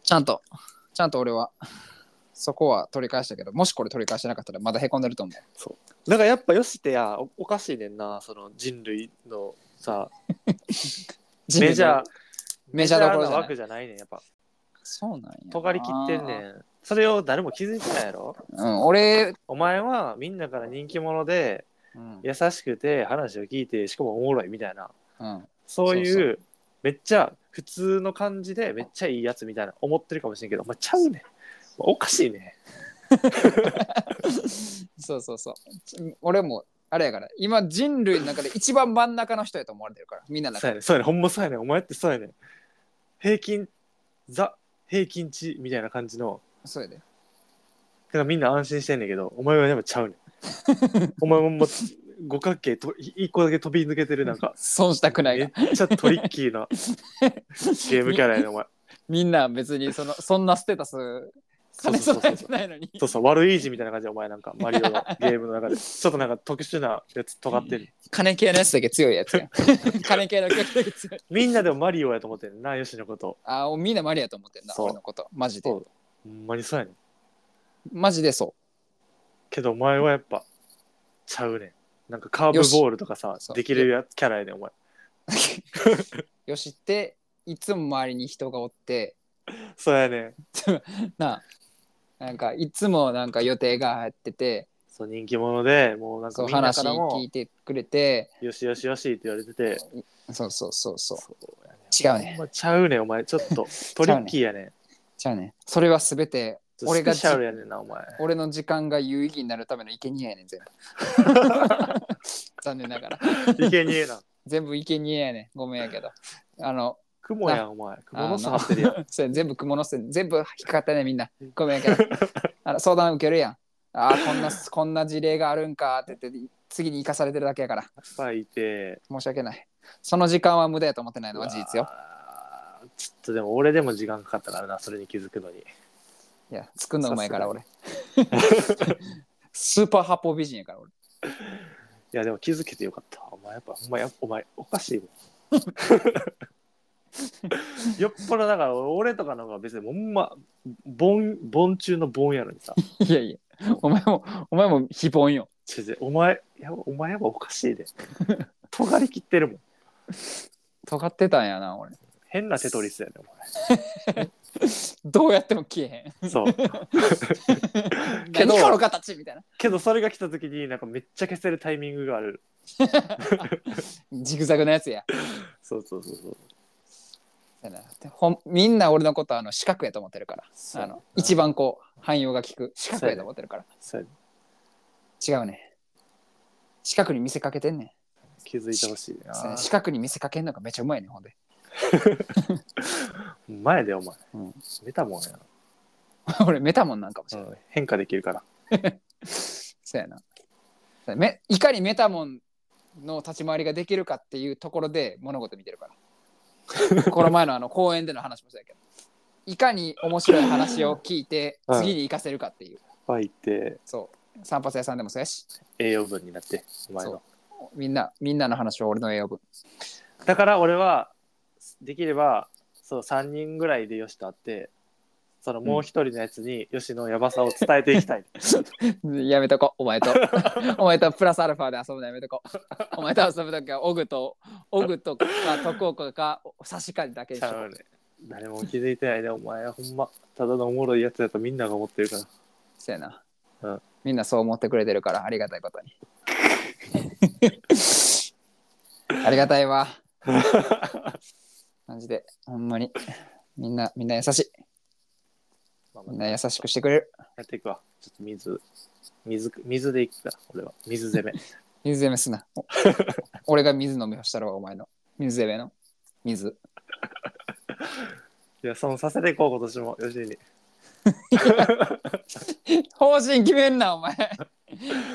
[SPEAKER 3] ちゃんと、ちゃんと俺は、そこは取り返したけど、もしこれ取り返してなかったらまだへこんでると思う。
[SPEAKER 2] なんかやっぱよしってやお、おかしいねんな、その人類のさ、メジャー、
[SPEAKER 3] メジャーどころじゃない
[SPEAKER 2] メな枠じゃないねん、やっぱ。
[SPEAKER 3] そうなんや。
[SPEAKER 2] 尖り切ってんね。ん。それを誰も気づいてないやろ
[SPEAKER 3] うん、俺、
[SPEAKER 2] お前はみんなから人気者で
[SPEAKER 3] うん。
[SPEAKER 2] 優しくて話を聞いてしかもおもろいみたいな
[SPEAKER 3] うん、
[SPEAKER 2] そういう
[SPEAKER 3] そう
[SPEAKER 2] めっちゃ普通の感じでめっちゃいいやつみたいな思ってるかもしれんけどお前ちゃうねんおかしいね
[SPEAKER 3] そうそうそう。ち俺も、あれやから、今人類の中で一番真ん中の人やと思われてるから、みんなの
[SPEAKER 2] そ
[SPEAKER 3] 中
[SPEAKER 2] うや
[SPEAKER 3] で。
[SPEAKER 2] ねんそうやねんほんまそうやねんお前ってそうやねん平均ザ平均値みたいな感じの
[SPEAKER 3] そうやで。
[SPEAKER 2] だからみんな安心してんねんけどお前はでもちゃうねん お前ももう五角形と一個だけ飛び抜けてるなんか
[SPEAKER 3] 損したくない
[SPEAKER 2] め
[SPEAKER 3] が
[SPEAKER 2] っ。ちゃトリッキー なゲームキャラやねんお前
[SPEAKER 3] みんな別に その、そんなステータス、
[SPEAKER 2] そう
[SPEAKER 3] 金
[SPEAKER 2] そうそ
[SPEAKER 3] 備
[SPEAKER 2] うそ
[SPEAKER 3] え
[SPEAKER 2] う
[SPEAKER 3] てないのに。
[SPEAKER 2] そうそう、悪いージみたいな感じで、お前なんか、マリ オのゲームの中で、ちょっとなんか特殊なやつ尖っ てる。
[SPEAKER 3] 金系のやつだけ強いやつや。 金系のやつだけ強い。
[SPEAKER 2] みんなでもマリオやと思ってるな、ヨシのこと。
[SPEAKER 3] ああ、みんなマリアと思ってんな、
[SPEAKER 2] そう
[SPEAKER 3] 俺のこと。マジで
[SPEAKER 2] そ。うほんまにそうやねん。
[SPEAKER 3] マジでそ
[SPEAKER 2] けど、お前はやっぱ、ちゃうねん。なんかカーブボールとかさ
[SPEAKER 3] しそう、
[SPEAKER 2] できるやキャラやねん、お前。
[SPEAKER 3] う。よしって、いつも周りに人がおって、
[SPEAKER 2] そうやねん。
[SPEAKER 3] なあ、なんか、いつもなんか予定が入ってて、
[SPEAKER 2] そう、人気者で、もうなんか
[SPEAKER 3] そう
[SPEAKER 2] みんな
[SPEAKER 3] 話
[SPEAKER 2] から
[SPEAKER 3] 聞
[SPEAKER 2] も
[SPEAKER 3] い、てくれて、
[SPEAKER 2] よしよしよしって言われてて、
[SPEAKER 3] そうそうそうそう。
[SPEAKER 2] うや
[SPEAKER 3] 違う
[SPEAKER 2] ほ
[SPEAKER 3] ね
[SPEAKER 2] ん。まちゃうねん、お前。ちょ っと、トリッキーやねん。
[SPEAKER 3] 違うね。それはすべて、俺
[SPEAKER 2] ス
[SPEAKER 3] が
[SPEAKER 2] ペシャルやねんな、 お前。
[SPEAKER 3] 俺の時間が有意義になるための生贄やねん、全部。 残念ながら。
[SPEAKER 2] いけにえな。
[SPEAKER 3] 全部生贄やねん。ごめんやけど。あの、
[SPEAKER 2] 雲やん、お前。雲の巣
[SPEAKER 3] あの
[SPEAKER 2] 張ってるやん。
[SPEAKER 3] それ全部蜘蛛の巣全部引っかかったねみんなごめんやけどあの相談受けるやんあーこんなこんな事例があるんかって言って次に生かされてるだけやから
[SPEAKER 2] いっぱい いて。
[SPEAKER 3] 申し訳ないその時間は無駄やと思ってないのは事実よ
[SPEAKER 2] あー。ちょっとでも俺でも時間かかったからな、それに気づくのに。
[SPEAKER 3] いや作るのうまいから俺 スーパー八方美人やから俺
[SPEAKER 2] いやでも気づけてよかった。お前やっぱ、お前、やっぱお前おかしい もん。よっぽどだから俺とかの方が別にほんま、盆、盆中の盆やのにさ。
[SPEAKER 3] いやいやお前もお前も非凡よ
[SPEAKER 2] ちょちょお前、いやお前はおかしいで。尖り切ってるもん。
[SPEAKER 3] 尖ってたんやな俺
[SPEAKER 2] 変なテトリスやね、
[SPEAKER 3] どうやっても消え
[SPEAKER 2] お前。そう。
[SPEAKER 3] へん
[SPEAKER 2] けど
[SPEAKER 3] 何この形みたいな
[SPEAKER 2] けどそれが来た時になんかめっちゃ消せるタイミングがある。
[SPEAKER 3] ジグザグのやつや
[SPEAKER 2] そうそうそうそう。
[SPEAKER 3] だからほんみんな俺のことはあの四角やと思ってるから
[SPEAKER 2] そう
[SPEAKER 3] あの一番こう汎用が効く四角やと思ってるから
[SPEAKER 2] そうやね
[SPEAKER 3] 違うね四角に見せかけてんね
[SPEAKER 2] 気づいてほしい
[SPEAKER 3] んそうね
[SPEAKER 2] な。
[SPEAKER 3] 四角に見せかけんのがめちゃうまいねんほんで
[SPEAKER 2] 前でお前、
[SPEAKER 3] うん
[SPEAKER 2] 出たもんやな、
[SPEAKER 3] 俺メタモンなんかもしれない、
[SPEAKER 2] 変化できるから
[SPEAKER 3] そうやなそうやめいかにメタモンの立ち回りができるかっていうところで物事見てるから この前のあの公演での話もそうやけどいかに面白い話を聞いて
[SPEAKER 2] うん
[SPEAKER 3] 次に生かせるかっていう、
[SPEAKER 2] ファイって
[SPEAKER 3] そう散髪屋さんでもそうやし
[SPEAKER 2] 栄養分になってお前の
[SPEAKER 3] みんなみんなの話は俺の栄養分
[SPEAKER 2] だから俺はできればそう3人ぐらいでよしと会ってそのもう一人のやつによしのやばさを伝えていき たい、
[SPEAKER 3] やめとこお前 とお前とプラスアルファで遊ぶのやめとこお前と遊ぶときはオグとオグとか徳岡か差し替えだけでし
[SPEAKER 2] ちゃ
[SPEAKER 3] ょ
[SPEAKER 2] うね誰も気づいてないでお前はほんまただのおもろいやつだとみんなが思ってるから
[SPEAKER 3] そやな、
[SPEAKER 2] うん
[SPEAKER 3] みんなそう思ってくれてるからありがたいことに ありがたい わマジでほんまにみんなみんな優しい
[SPEAKER 2] まあま
[SPEAKER 3] みん
[SPEAKER 2] あ
[SPEAKER 3] な優しくしてくれる
[SPEAKER 2] やっていくわちょっと水水水でいくか俺は水 攻め
[SPEAKER 3] 水攻めす なお俺が水飲みをしたらお前の水攻めの水
[SPEAKER 2] いや損させていこう今年もよしに
[SPEAKER 3] 方針決めんなお 前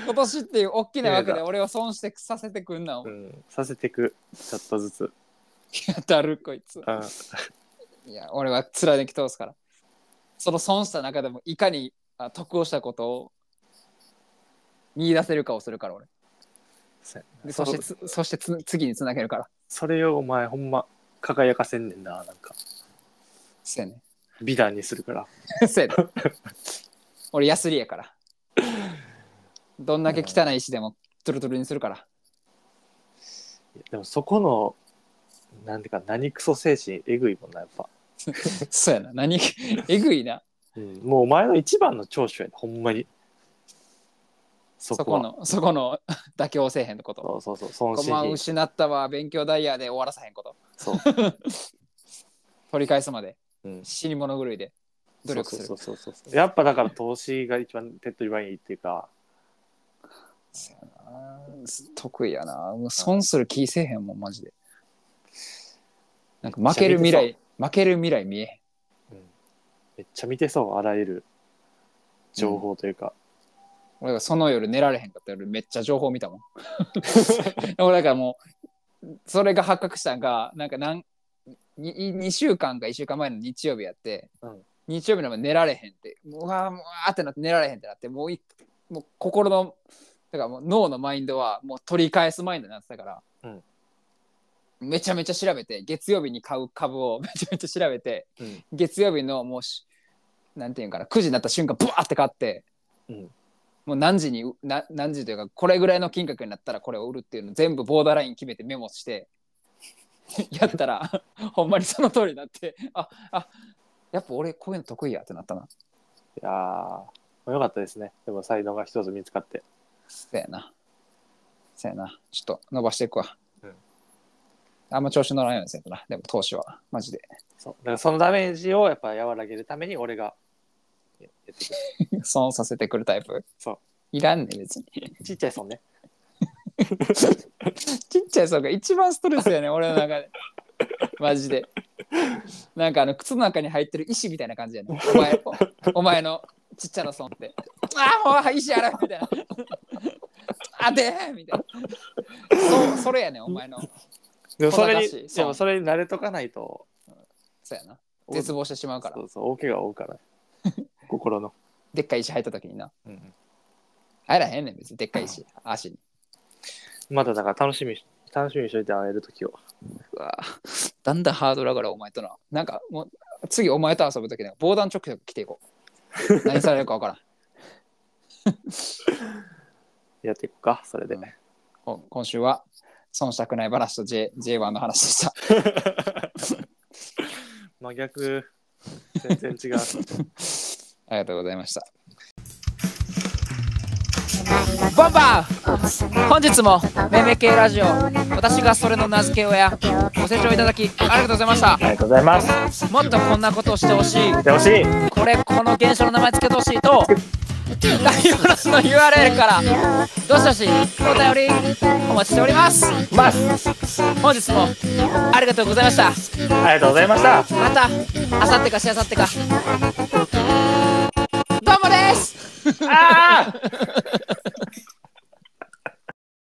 [SPEAKER 3] 今年っていう大きな枠で俺を損してさせてくんなお
[SPEAKER 2] う
[SPEAKER 3] 前
[SPEAKER 2] んさせてくちょっとずつ、
[SPEAKER 3] だるこいつ
[SPEAKER 2] うん、
[SPEAKER 3] いや、俺は貫き通すから。その損した中でもいかにあ得をしたことを見出せるかをするから俺。
[SPEAKER 2] そ
[SPEAKER 3] でそしてつそしてつ次につなげるから。
[SPEAKER 2] それをお前ほんま輝かせんねんななんか
[SPEAKER 3] せやね。
[SPEAKER 2] 美談にするから
[SPEAKER 3] せやね。俺ヤスリやから。どんだけ汚い石でもトゥルトゥルにするから。
[SPEAKER 2] でもそこのなんていうか何クソ精神えぐいもんなやっぱ、
[SPEAKER 3] そうやな。何 えぐいな。
[SPEAKER 2] うん、もうお前の一番の長所やでほんまにそ
[SPEAKER 3] そ
[SPEAKER 2] こ
[SPEAKER 3] こ
[SPEAKER 2] は
[SPEAKER 3] の、そこの 妥協せえへんってこと。
[SPEAKER 2] そうそうそう
[SPEAKER 3] こ
[SPEAKER 2] 損
[SPEAKER 3] んま
[SPEAKER 2] 失品
[SPEAKER 3] 失ったわ、勉強ダイヤで終わらさへんこと。
[SPEAKER 2] そう、
[SPEAKER 3] 取り返すまで
[SPEAKER 2] うん、
[SPEAKER 3] 死に物狂いで 努力する。
[SPEAKER 2] そうそうそうそうやっぱだから投資が一番手っ取り早いっていうか
[SPEAKER 3] そやな得意やなもう損する気せえへんもんマジでなんか負ける未来負ける未来見えへん
[SPEAKER 2] めっちゃ見てそうあらゆる情報というか、
[SPEAKER 3] 俺がその夜寝られへんかった夜めっちゃ情報見たも ん俺だからもうそれが発覚したんがなんかなんに 2, 週間か1週間前の日曜日やって、
[SPEAKER 2] うん
[SPEAKER 3] 日曜日の前寝られへんってもううわーもうあーってなって寝られへんってなってもういもう心のだからもう脳のマインドはもう取り返すマインドになってたから、
[SPEAKER 2] うん
[SPEAKER 3] めちゃめちゃ調べて月曜日に買う株を めちゃめちゃ調べて、
[SPEAKER 2] うん
[SPEAKER 3] 月曜日のもうしなんていうんかな9時になった瞬間ブワーって買って、
[SPEAKER 2] うん
[SPEAKER 3] もう何時にうな何時というかこれぐらいの金額になったらこれを売るっていうの全部ボーダーライン決めてメモして やったら ほんまにその通りになってああやっぱ俺こういうの得意やってなったない
[SPEAKER 2] やーまあよかったですねでも才能が一つ見つかって
[SPEAKER 3] そやなそやなちょっと伸ばしていくわ、
[SPEAKER 2] うん
[SPEAKER 3] あんま調子乗らないようにせんとなでも投資はマジで
[SPEAKER 2] そうだからそのダメージをやっぱ和らげるために俺がややっていく
[SPEAKER 3] 損させてくるタイプ
[SPEAKER 2] そう
[SPEAKER 3] いらんね別に
[SPEAKER 2] ちっちゃい損ね。
[SPEAKER 3] ちっちゃいそうが一番ストレスやね 俺の中でマジでなんかあの靴の中に入ってる石みたいな感じやねお前おお前のちっちゃな損ってああもう石洗うみたいなあてーみたいなそうそれやねお前の
[SPEAKER 2] でもそれ
[SPEAKER 3] 小賢し
[SPEAKER 2] に、
[SPEAKER 3] い
[SPEAKER 2] でもそれに慣れとかないと、
[SPEAKER 3] そうやな絶望してしまうから
[SPEAKER 2] そうそう、大怪我を負うから。 心の。
[SPEAKER 3] でっかい石入った時にな
[SPEAKER 2] うん
[SPEAKER 3] 入らへんねん別にでっかい石足に
[SPEAKER 2] まだだから楽しみにし、楽しみにしといて会える時を。
[SPEAKER 3] うわぁだんだんハードル上がるお前とななんかもう次お前と遊ぶ時なんか防弾チョッキとか着ていこう何されるか分からん
[SPEAKER 2] やっていこうか、それで。
[SPEAKER 3] うんこ今週は損したくない話と J J1 の話でした。
[SPEAKER 2] 真逆、全然違う。
[SPEAKER 3] ありがとうございました。ボンバー本日もめめ系ラジオ私がそれの名付け親ご清聴いただきありがとうございました
[SPEAKER 2] ありがとうございます。
[SPEAKER 3] もっとこんなことをしてほしい
[SPEAKER 2] でほしい。
[SPEAKER 3] これこの現象の名前つけてほしいと概要欄の URL からどしどしお便りお待ちしておりますます本日もありがとうございました
[SPEAKER 2] ありがとうございました。
[SPEAKER 3] またあさってかしあさってかどうもです
[SPEAKER 2] ああ